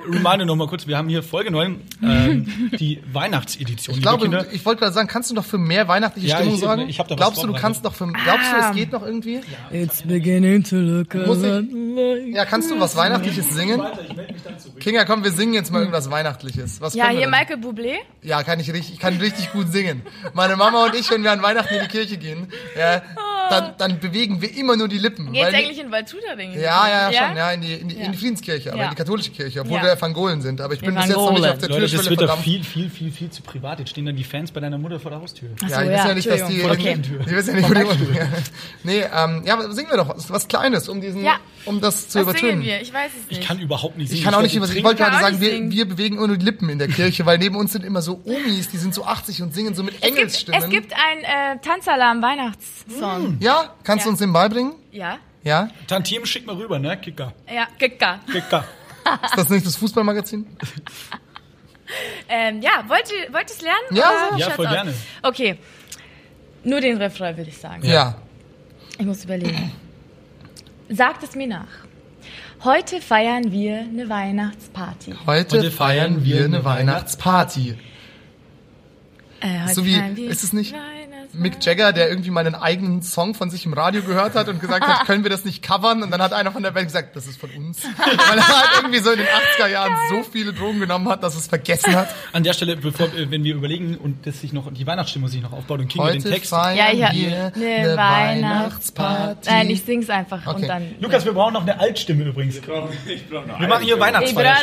[SPEAKER 2] Reminder nochmal kurz, wir haben hier Folge 9, ähm, die Weihnachtsedition.
[SPEAKER 3] Ich
[SPEAKER 2] liebe Kinder.
[SPEAKER 3] glaube, ich wollte gerade sagen, kannst du noch für mehr weihnachtliche
[SPEAKER 2] Ja,
[SPEAKER 3] Stimmung
[SPEAKER 2] ich-
[SPEAKER 3] sorgen?
[SPEAKER 2] ich hab da was
[SPEAKER 3] glaubst du, du
[SPEAKER 2] vorbereitet.
[SPEAKER 3] kannst noch für, glaubst du,
[SPEAKER 4] Ah.
[SPEAKER 3] es geht noch irgendwie?
[SPEAKER 7] It's beginning to look a
[SPEAKER 3] Muss
[SPEAKER 7] lot
[SPEAKER 3] ich, ja, kannst du was Weihnachtliches singen?
[SPEAKER 2] ich melde mich dann zurück.
[SPEAKER 3] Kinga, komm, wir singen jetzt mal irgendwas Weihnachtliches. Was
[SPEAKER 4] Hm. Ja,
[SPEAKER 3] können wir
[SPEAKER 4] hier
[SPEAKER 3] denn?
[SPEAKER 4] Michael Bublé.
[SPEAKER 3] Ja, kann ich richtig, ich kann richtig gut singen. Meine Mama und ich, wenn wir an Weihnachten in die Kirche gehen, ja, dann, dann bewegen wir immer nur die Lippen.
[SPEAKER 4] Geht's
[SPEAKER 3] weil-
[SPEAKER 4] eigentlich in Waltudering?
[SPEAKER 3] ja, ja, ja, schon, ja, in die, in die, in die
[SPEAKER 4] Ja.
[SPEAKER 3] Friedenskirche, aber
[SPEAKER 4] Ja.
[SPEAKER 3] in die katholische Kirche, obwohl
[SPEAKER 4] Ja.
[SPEAKER 3] wir Evangolen sind. Aber ich bin bis jetzt noch
[SPEAKER 4] Evangolen.
[SPEAKER 3] nicht auf der
[SPEAKER 2] Leute,
[SPEAKER 3] Türschwelle,
[SPEAKER 2] das wird doch
[SPEAKER 3] verdammt.
[SPEAKER 2] viel, viel, viel, viel zu privat. Jetzt stehen dann die Fans bei deiner Mutter vor der Haustür.
[SPEAKER 3] Ja, die
[SPEAKER 4] so,
[SPEAKER 3] wissen ja
[SPEAKER 4] ja,
[SPEAKER 3] nicht, dass die,
[SPEAKER 4] Entschuldigung.
[SPEAKER 3] die, die wissen ja nicht, wo die Nee, ähm, ja, aber singen wir doch was, was Kleines, um diesen,
[SPEAKER 4] Ja.
[SPEAKER 3] um das zu
[SPEAKER 4] Was
[SPEAKER 3] übertönen.
[SPEAKER 4] singen wir? Ich weiß es nicht.
[SPEAKER 2] Ich kann überhaupt nicht singen.
[SPEAKER 3] Ich kann auch nicht
[SPEAKER 2] werd
[SPEAKER 3] immer, ich
[SPEAKER 2] trinken.
[SPEAKER 3] wollte
[SPEAKER 4] Kann
[SPEAKER 3] gerade
[SPEAKER 4] auch
[SPEAKER 3] sagen,
[SPEAKER 4] nicht
[SPEAKER 3] wir,
[SPEAKER 4] singen.
[SPEAKER 3] wir bewegen immer nur die Lippen in der Kirche, weil neben uns sind immer so Omis, die sind so 80 und singen so mit
[SPEAKER 4] es, gibt,
[SPEAKER 3] Engelsstimmen.
[SPEAKER 4] es gibt ein äh, Tanzalarm
[SPEAKER 2] Mm.
[SPEAKER 4] Weihnachtssong.
[SPEAKER 3] ja, kannst du
[SPEAKER 4] Ja.
[SPEAKER 3] uns den beibringen?
[SPEAKER 4] Ja.
[SPEAKER 3] Ja?
[SPEAKER 2] Tantiem schick mal rüber, ne? Kicker.
[SPEAKER 4] Ja, Gekka.
[SPEAKER 2] Kicker.
[SPEAKER 3] Ist das nicht das Fußballmagazin?
[SPEAKER 4] Ähm, ja, wollt ihr, wollt ihr es lernen?
[SPEAKER 3] Ja.
[SPEAKER 4] oder
[SPEAKER 2] Ja,
[SPEAKER 4] schaut's
[SPEAKER 2] voll
[SPEAKER 4] aus?
[SPEAKER 2] gerne.
[SPEAKER 4] Okay. Nur den Refrain würde ich sagen.
[SPEAKER 3] Ja.
[SPEAKER 4] Ich muss überlegen. Sagt es mir nach. Heute feiern wir eine Weihnachtsparty.
[SPEAKER 3] Genau. Heute feiern wir eine Weihnachtsparty.
[SPEAKER 4] Äh, heute
[SPEAKER 3] So wie-
[SPEAKER 4] feiern wir
[SPEAKER 3] ist es nicht
[SPEAKER 4] Weihnachts-
[SPEAKER 3] Mick Jagger, der irgendwie meinen eigenen Song von sich im Radio gehört hat und gesagt hat, können wir das nicht covern? Und dann hat einer von der Band gesagt, das ist von uns. Weil er halt irgendwie so in den 80er Jahren so viele Drogen genommen hat, dass er es vergessen hat.
[SPEAKER 2] An der Stelle, bevor, äh, wenn wir überlegen und das sich noch, die Weihnachtsstimmung sich noch aufbaut und kriegen wir den
[SPEAKER 3] Heute
[SPEAKER 2] Text.
[SPEAKER 3] feiern
[SPEAKER 4] Ja, ich hab
[SPEAKER 3] wir
[SPEAKER 4] eine
[SPEAKER 3] eine
[SPEAKER 4] Weihnachtsparty.
[SPEAKER 3] Weihnachtsparty.
[SPEAKER 4] Nein, ich sing's einfach
[SPEAKER 3] Okay. Mhm.
[SPEAKER 4] und dann.
[SPEAKER 2] Lukas, wir brauchen noch eine Altstimme übrigens. Wir machen hier
[SPEAKER 4] Ich brauche noch
[SPEAKER 2] Weihnachtsfeier.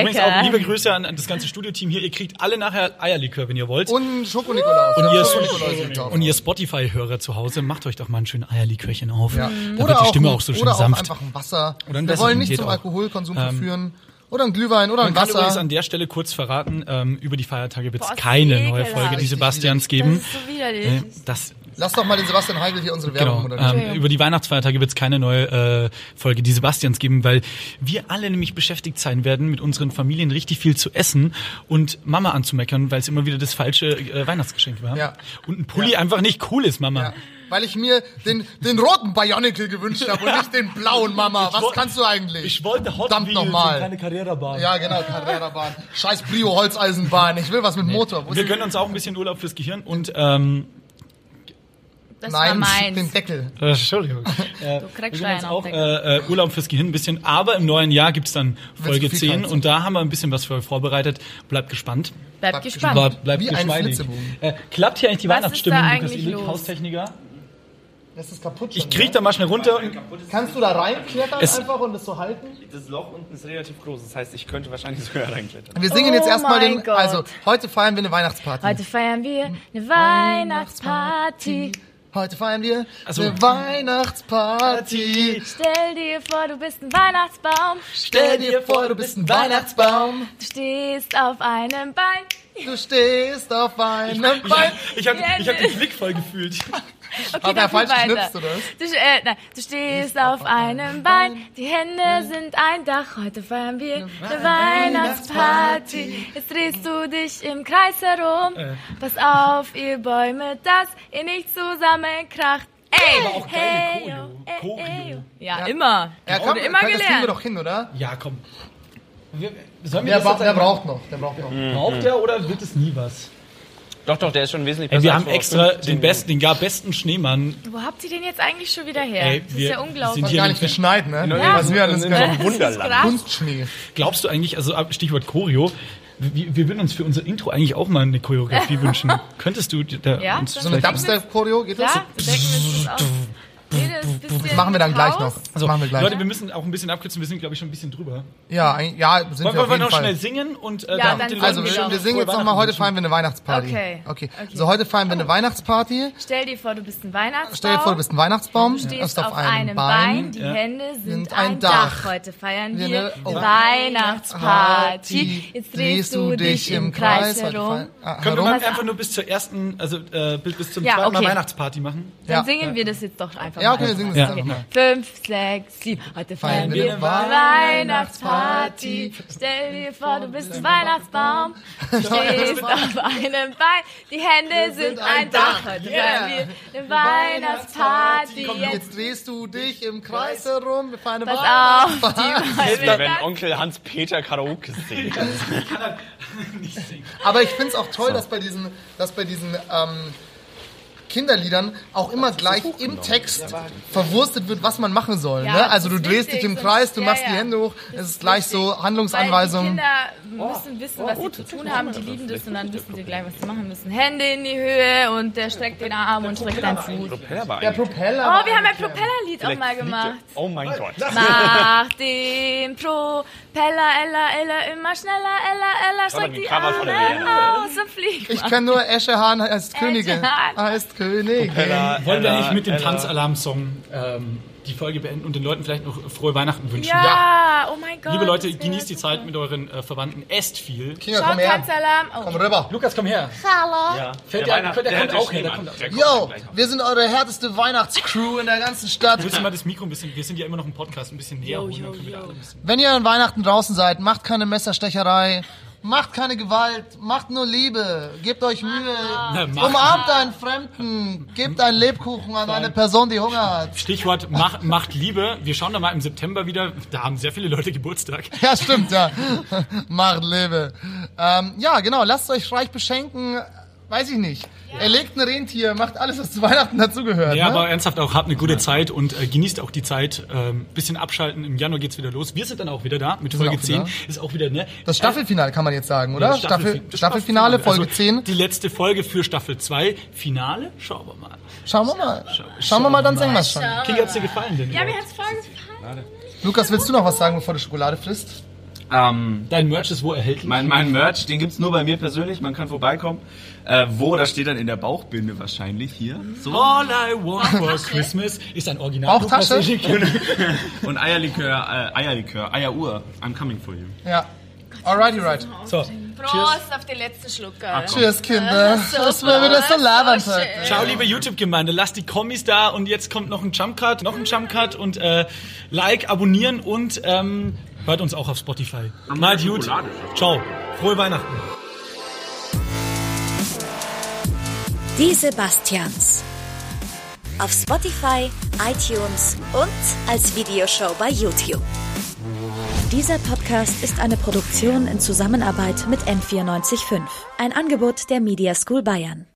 [SPEAKER 2] Übrigens auch liebe
[SPEAKER 4] Eierlikör.
[SPEAKER 2] Grüße an, an das ganze Studioteam hier. Ihr kriegt alle nachher Eierlikör, wenn ihr wollt.
[SPEAKER 3] und Schoko-Nikolaus.
[SPEAKER 2] Und ihr,
[SPEAKER 3] Schoko-Nikolaus liegt drauf.
[SPEAKER 2] und ihr Spotify-Hörer zu Hause, macht euch doch mal ein schönes Eierlikörchen auf. Ja. Da wird
[SPEAKER 3] Oder
[SPEAKER 2] die
[SPEAKER 3] auch
[SPEAKER 2] Stimme
[SPEAKER 3] ein-
[SPEAKER 2] auch so schön
[SPEAKER 3] oder
[SPEAKER 2] sanft.
[SPEAKER 3] Auch einfach ein Wasser.
[SPEAKER 2] Oder ein
[SPEAKER 3] wir
[SPEAKER 2] Wasser
[SPEAKER 3] wollen nicht
[SPEAKER 2] geht
[SPEAKER 3] zum
[SPEAKER 2] auch. Ähm,
[SPEAKER 3] Alkoholkonsum verführen. Oder ein Glühwein oder ein
[SPEAKER 2] Man kann übrigens
[SPEAKER 3] Wasser.
[SPEAKER 2] an der Stelle kurz verraten, ähm, über die Feiertage wird
[SPEAKER 4] Boah,
[SPEAKER 2] es
[SPEAKER 4] ist
[SPEAKER 2] keine neue
[SPEAKER 4] ekelhaft.
[SPEAKER 2] Folge, die
[SPEAKER 3] Richtig
[SPEAKER 2] Sebastians
[SPEAKER 4] Das
[SPEAKER 2] geben.
[SPEAKER 4] ist so widerlich.
[SPEAKER 2] Äh, Das,
[SPEAKER 3] Lass doch mal den Sebastian Heigl hier unsere Werbung
[SPEAKER 2] genau.
[SPEAKER 3] moderieren.
[SPEAKER 2] Ähm, über die Weihnachtsfeiertage wird es keine neue äh, Folge, die Sebastians geben, weil wir alle nämlich beschäftigt sein werden, mit unseren Familien richtig viel zu essen und Mama anzumeckern, weil es immer wieder das falsche äh, Weihnachtsgeschenk war.
[SPEAKER 3] Ja.
[SPEAKER 2] Und ein Pulli einfach nicht cool ist, Mama.
[SPEAKER 3] Ja, weil ich mir den, den roten Bionicle gewünscht habe und nicht den blauen, Mama. Was
[SPEAKER 2] woll-
[SPEAKER 3] kannst du eigentlich?
[SPEAKER 2] Ich wollte Hot
[SPEAKER 3] Verdammt
[SPEAKER 2] Wheels und
[SPEAKER 3] nochmal.
[SPEAKER 2] keine Carrera-Bahn.
[SPEAKER 3] Ja, genau, Carrera-Bahn. Scheiß Brio-Holzeisenbahn. Ich will was mit Motor. Wo ist
[SPEAKER 2] Wir
[SPEAKER 3] die-
[SPEAKER 2] gönnen uns auch ein bisschen Urlaub fürs Gehirn und ähm,
[SPEAKER 4] Das war
[SPEAKER 3] Nein, den
[SPEAKER 4] meins.
[SPEAKER 3] Deckel.
[SPEAKER 2] Äh, Entschuldigung. Äh,
[SPEAKER 4] Du
[SPEAKER 2] wir
[SPEAKER 4] kriegst
[SPEAKER 2] nehmen uns
[SPEAKER 4] einen
[SPEAKER 2] auch
[SPEAKER 4] auch,
[SPEAKER 2] äh, äh, Urlaub fürs Gehirn ein bisschen, aber im neuen Jahr gibt's dann Folge
[SPEAKER 3] viel
[SPEAKER 2] 10
[SPEAKER 3] Kranz.
[SPEAKER 2] und da haben wir ein bisschen was für euch vorbereitet. Bleibt gespannt.
[SPEAKER 4] Bleibt gespannt.
[SPEAKER 2] Aber bleibt
[SPEAKER 3] Wie ein
[SPEAKER 2] geschmeidig.
[SPEAKER 3] Flitzebogen.
[SPEAKER 2] Äh, klappt hier eigentlich die
[SPEAKER 4] Was ist
[SPEAKER 2] Weihnachtsstimmung,
[SPEAKER 4] da
[SPEAKER 2] Lukas
[SPEAKER 4] eigentlich
[SPEAKER 2] Illig,
[SPEAKER 4] los?
[SPEAKER 2] Haustechniker?
[SPEAKER 3] Das ist kaputt.
[SPEAKER 2] Ich krieg da mal schnell runter. Und,
[SPEAKER 3] Kannst du da reinklettern
[SPEAKER 2] Es-
[SPEAKER 3] einfach und das so halten?
[SPEAKER 5] Das Loch unten ist relativ groß, das heißt, ich könnte wahrscheinlich sogar reinklettern.
[SPEAKER 3] Wir singen
[SPEAKER 4] Oh
[SPEAKER 3] jetzt erstmal
[SPEAKER 4] mein
[SPEAKER 3] den.
[SPEAKER 4] Gott.
[SPEAKER 3] Also, heute feiern wir eine Weihnachtsparty.
[SPEAKER 4] Heute feiern wir eine Weihnachtsparty.
[SPEAKER 3] Heute feiern wir
[SPEAKER 2] Also-
[SPEAKER 3] eine Weihnachtsparty.
[SPEAKER 4] Stell dir vor, du bist ein Weihnachtsbaum.
[SPEAKER 3] Stell dir vor, du bist ein Weihnachtsbaum.
[SPEAKER 4] Du stehst auf einem Bein.
[SPEAKER 3] Du stehst auf einem
[SPEAKER 2] ich
[SPEAKER 3] Bein.
[SPEAKER 2] ich habe ich hab den Blick voll gefühlt.
[SPEAKER 4] Okay,
[SPEAKER 3] Hat er
[SPEAKER 4] dann
[SPEAKER 3] falsch
[SPEAKER 4] viel weiter.
[SPEAKER 3] geknipst, oder was?
[SPEAKER 4] Du, sch- äh, nein, du stehst auf einem Bein, die Hände sind ein Dach. Heute feiern wir eine Weihnachtsparty. Jetzt drehst du dich im Kreis herum. Pass auf, ihr Bäume, dass ihr nicht zusammenkracht. Ey,
[SPEAKER 2] aber auch
[SPEAKER 4] hey,
[SPEAKER 2] geile
[SPEAKER 4] yo,
[SPEAKER 2] Choreo.
[SPEAKER 4] ey,
[SPEAKER 2] Choreo.
[SPEAKER 4] ey, yo. Ja,
[SPEAKER 3] Ja.
[SPEAKER 4] immer.
[SPEAKER 3] Ja,
[SPEAKER 4] Wurde immer
[SPEAKER 3] das kriegen wir
[SPEAKER 4] gelernt.
[SPEAKER 3] doch hin, oder?
[SPEAKER 2] Ja, komm. Wir, sollen wir
[SPEAKER 3] Der,
[SPEAKER 2] das
[SPEAKER 3] bra
[SPEAKER 2] jetzt
[SPEAKER 3] der
[SPEAKER 2] einfach-
[SPEAKER 3] braucht noch, der braucht noch.
[SPEAKER 2] Braucht der oder wird es nie was?
[SPEAKER 5] Doch, doch, der ist schon wesentlich
[SPEAKER 2] Ey,
[SPEAKER 5] besser.
[SPEAKER 2] wir
[SPEAKER 5] als
[SPEAKER 2] haben
[SPEAKER 5] vor
[SPEAKER 2] extra
[SPEAKER 5] 15
[SPEAKER 2] den besten, den gar besten Schneemann.
[SPEAKER 4] Wo habt ihr den jetzt eigentlich schon wieder her?
[SPEAKER 2] Ey,
[SPEAKER 4] das ist
[SPEAKER 2] wir
[SPEAKER 4] ja unglaublich.
[SPEAKER 2] sind
[SPEAKER 3] Gar nicht geschneit, ne?
[SPEAKER 5] Ja.
[SPEAKER 3] Was wir alles
[SPEAKER 5] In
[SPEAKER 3] können.
[SPEAKER 5] einem Wunderland.
[SPEAKER 4] Krass.
[SPEAKER 3] Kunstschnee.
[SPEAKER 2] Glaubst du eigentlich, also ab- Stichwort Choreo, wir, wir würden uns für unser Intro eigentlich auch mal eine Choreografie wünschen. Könntest du dir da
[SPEAKER 4] Ja,
[SPEAKER 2] uns
[SPEAKER 4] so
[SPEAKER 3] So eine
[SPEAKER 2] vielleicht-
[SPEAKER 3] Dubstep-Choreo, geht das?
[SPEAKER 4] Klar, wir denken uns das aus. Jedes bisschen
[SPEAKER 3] Das machen wir dann gleich
[SPEAKER 4] Chaos.
[SPEAKER 3] noch. Das machen wir gleich.
[SPEAKER 2] Also, Leute, wir müssen auch ein bisschen abkürzen, wir sind glaube ich schon ein bisschen drüber.
[SPEAKER 3] ja, ein- ja,
[SPEAKER 2] Wollen wir,
[SPEAKER 3] sind wir auf
[SPEAKER 2] wollen wir
[SPEAKER 3] jeden
[SPEAKER 2] noch schnell
[SPEAKER 3] Fall.
[SPEAKER 2] singen und äh,
[SPEAKER 4] Ja,
[SPEAKER 2] damit den
[SPEAKER 4] dann singen
[SPEAKER 2] Leuten
[SPEAKER 3] Also,
[SPEAKER 4] wir
[SPEAKER 3] wir,
[SPEAKER 4] doch.
[SPEAKER 3] wir singen
[SPEAKER 2] frohe
[SPEAKER 3] jetzt nochmal,
[SPEAKER 2] Weihnachten
[SPEAKER 3] heute
[SPEAKER 2] wünschen.
[SPEAKER 3] feiern wir eine Weihnachtsparty.
[SPEAKER 4] Okay.
[SPEAKER 3] Okay.
[SPEAKER 4] Okay. Oh.
[SPEAKER 3] So, heute feiern wir eine Weihnachtsparty.
[SPEAKER 4] Stell dir vor, du bist ein Weihnachtsbaum.
[SPEAKER 3] Stell dir vor, du bist ein Weihnachtsbaum,
[SPEAKER 4] Du stehst
[SPEAKER 3] stehst
[SPEAKER 4] auf, einem Bein, die Hände sind, ein Dach. Heute feiern wir
[SPEAKER 3] Wir ne- Oh.
[SPEAKER 4] eine
[SPEAKER 3] eine
[SPEAKER 4] Weihnachtsparty. Jetzt drehst du dich im Kreis
[SPEAKER 3] heute
[SPEAKER 4] herum.
[SPEAKER 3] feiern- ah,
[SPEAKER 2] Können wir mal
[SPEAKER 3] herum.
[SPEAKER 4] Was-
[SPEAKER 2] einfach nur bis zur ersten, also äh, bis, bis zum
[SPEAKER 4] Ja,
[SPEAKER 2] zweiten Mal
[SPEAKER 4] okay.
[SPEAKER 2] Weihnachtsparty machen?
[SPEAKER 4] Dann
[SPEAKER 3] Ja.
[SPEAKER 4] singen wir das jetzt doch einfach
[SPEAKER 3] Ja,
[SPEAKER 4] mal.
[SPEAKER 3] okay, wir singen das
[SPEAKER 2] Ja.
[SPEAKER 3] jetzt einfach mal.
[SPEAKER 4] Fünf, sechs, sieben. Heute feiern wir eine Weihnachtsparty. Stell dir vor, du bist ein Weihnachtsbaum. Stehst auf einem Bein. Die Hände sind ein Dach. Heute feiern wir eine Weihnachtsparty. Jetzt
[SPEAKER 3] Jetzt drehst du dich im Kreis herum, wir feiern eine
[SPEAKER 4] pass auf.
[SPEAKER 3] Weihnachtsparty.
[SPEAKER 5] Jahren.
[SPEAKER 4] Weil wir
[SPEAKER 5] Wenn Onkel Hans-Peter Karaoke singt.
[SPEAKER 3] Aber ich find's auch toll, dass bei diesen, dass bei diesen ähm, Kinderliedern auch immer gleich im Text verwurstet wird, was man machen soll.
[SPEAKER 4] Ja,
[SPEAKER 3] ne?
[SPEAKER 4] das
[SPEAKER 3] Also
[SPEAKER 4] ist
[SPEAKER 3] du drehst
[SPEAKER 4] wichtig,
[SPEAKER 3] dich im
[SPEAKER 4] sonst-
[SPEAKER 3] Kreis, du
[SPEAKER 4] ja,
[SPEAKER 3] machst
[SPEAKER 4] ja.
[SPEAKER 3] die Hände hoch, es ist gleich so
[SPEAKER 4] Weil
[SPEAKER 3] Handlungsanweisungen.
[SPEAKER 4] die Kinder müssen wissen, was sie zu tun haben. Die lieben das und dann wissen sie gleich, was sie machen müssen. Hände in die Höhe und der streckt den Arm und streckt seinen Fuß.
[SPEAKER 5] Propeller war
[SPEAKER 3] Der
[SPEAKER 5] eigentlich-
[SPEAKER 3] Propeller.
[SPEAKER 4] Oh,
[SPEAKER 3] war
[SPEAKER 4] wir haben ein
[SPEAKER 3] eigentlich-
[SPEAKER 4] Propellerlied auch mal
[SPEAKER 5] Vielleicht fliegt er-
[SPEAKER 4] gemacht.
[SPEAKER 5] Oh mein Gott.
[SPEAKER 4] Mach den Propeller, Ella, Ella, immer schneller, Ella, Ella,
[SPEAKER 5] aber
[SPEAKER 4] streckt
[SPEAKER 5] die
[SPEAKER 4] die
[SPEAKER 5] Cover von der
[SPEAKER 4] Arme aus und fliegt.
[SPEAKER 3] Ich kann nur Eschehahn heißt Königin.
[SPEAKER 4] Eschehahn.
[SPEAKER 3] Heißt Königin.
[SPEAKER 5] Ella,
[SPEAKER 2] Wollen wir
[SPEAKER 5] Ella,
[SPEAKER 2] eigentlich mit dem
[SPEAKER 5] Ella.
[SPEAKER 2] Tanzalarm-Song ähm, die Folge beenden und den Leuten vielleicht noch frohe Weihnachten wünschen?
[SPEAKER 4] Ja, oh mein Gott.
[SPEAKER 2] Liebe Leute,
[SPEAKER 4] das wär
[SPEAKER 2] genießt die
[SPEAKER 4] super.
[SPEAKER 2] Zeit mit euren äh, Verwandten, esst viel.
[SPEAKER 3] Kinga,
[SPEAKER 4] Schaut,
[SPEAKER 3] komm her.
[SPEAKER 4] Tanzalarm.
[SPEAKER 3] Komm
[SPEAKER 4] Oh.
[SPEAKER 3] rüber.
[SPEAKER 2] Lukas, komm her.
[SPEAKER 5] Ja.
[SPEAKER 2] Fällt
[SPEAKER 5] Der
[SPEAKER 2] der-
[SPEAKER 5] Weihnacht-
[SPEAKER 2] der
[SPEAKER 5] der-
[SPEAKER 2] kommt
[SPEAKER 5] der
[SPEAKER 2] auch her, der
[SPEAKER 5] Schneemann.
[SPEAKER 2] kommt auch
[SPEAKER 5] Der
[SPEAKER 3] Yo,
[SPEAKER 5] gleich noch.
[SPEAKER 3] wir sind eure härteste Weihnachtscrew in der ganzen Stadt.
[SPEAKER 2] Willst du mal das Mikro ein bisschen, wir sind ja immer noch im Podcast, ein bisschen näher holen, dann können wir da alle ein bisschen...
[SPEAKER 3] Wenn ihr an Weihnachten draußen seid, macht keine Messerstecherei. Macht keine Gewalt, macht nur Liebe, gebt euch Mühe,
[SPEAKER 2] Na, mach-
[SPEAKER 3] umarmt einen Fremden, gebt einen Lebkuchen an eine Person, die Hunger hat.
[SPEAKER 2] Stichwort macht, macht Liebe. Wir schauen da mal im September wieder. Da haben sehr viele Leute Geburtstag.
[SPEAKER 3] Ja, stimmt, ja. Macht Lebe. Ähm, ja, genau, lasst euch reich beschenken. Weiß ich nicht. Erlegt ein Rentier, macht alles, was zu Weihnachten dazugehört.
[SPEAKER 2] Ja,
[SPEAKER 3] ne?
[SPEAKER 2] aber ernsthaft auch, habt eine gute Zeit und äh, genießt auch die Zeit. Ähm, bisschen abschalten. Im Januar geht's wieder los. Wir sind dann auch wieder da mit
[SPEAKER 3] sind
[SPEAKER 2] Folge
[SPEAKER 3] auch
[SPEAKER 2] 10.
[SPEAKER 3] wieder
[SPEAKER 2] Ist auch wieder, ne?
[SPEAKER 3] das Staffelfinale kann man jetzt sagen, oder?
[SPEAKER 2] Ja,
[SPEAKER 3] Staffel,
[SPEAKER 2] Staffelfi-
[SPEAKER 3] Staffelfinale, Folge
[SPEAKER 2] also
[SPEAKER 3] 10.
[SPEAKER 2] Die letzte Folge für Staffel 2. Finale? Schauen wir mal.
[SPEAKER 3] Schauen wir mal. Schauen wir mal, dann singen wir schon.
[SPEAKER 2] Kiki, hat's dir gefallen denn?
[SPEAKER 4] Ja, mir
[SPEAKER 2] überhaupt?
[SPEAKER 4] hat's voll gefallen.
[SPEAKER 3] Lukas, willst du noch was sagen, bevor du Schokolade frisst?
[SPEAKER 5] Ähm,
[SPEAKER 2] Dein Merch ist wo erhältlich?
[SPEAKER 5] mein, mein Merch, den gibt's nur bei mir persönlich, man kann vorbeikommen. Äh, wo, das steht dann in der Bauchbinde wahrscheinlich hier. So.
[SPEAKER 2] All I want for Christmas ist ein Original.
[SPEAKER 3] Bauchtasche?
[SPEAKER 2] Lukas Ezekiel.
[SPEAKER 5] Und Eierlikör, äh, Eierlikör, Eieruhr, I'm coming for you.
[SPEAKER 3] Ja. Alrighty, right.
[SPEAKER 2] So,
[SPEAKER 4] Prost auf den letzten Schlucker.
[SPEAKER 3] Cheers, Kinder.
[SPEAKER 4] Äh, so
[SPEAKER 3] Das war wieder so
[SPEAKER 4] cool.
[SPEAKER 3] labern.
[SPEAKER 4] So schön.
[SPEAKER 2] ciao liebe YouTube-Gemeinde, lasst die Kommis da und jetzt kommt noch ein Jumpcut, noch ein Jumpcut und äh, Like, abonnieren und ähm, hört uns auch auf Spotify. Na gut,
[SPEAKER 5] Schokolade.
[SPEAKER 2] ciao, frohe Weihnachten.
[SPEAKER 1] Die Sebastians. Auf Spotify, iTunes und als Videoshow bei YouTube. Dieser Podcast ist eine Produktion in Zusammenarbeit mit M945, ein Angebot der Media School Bayern.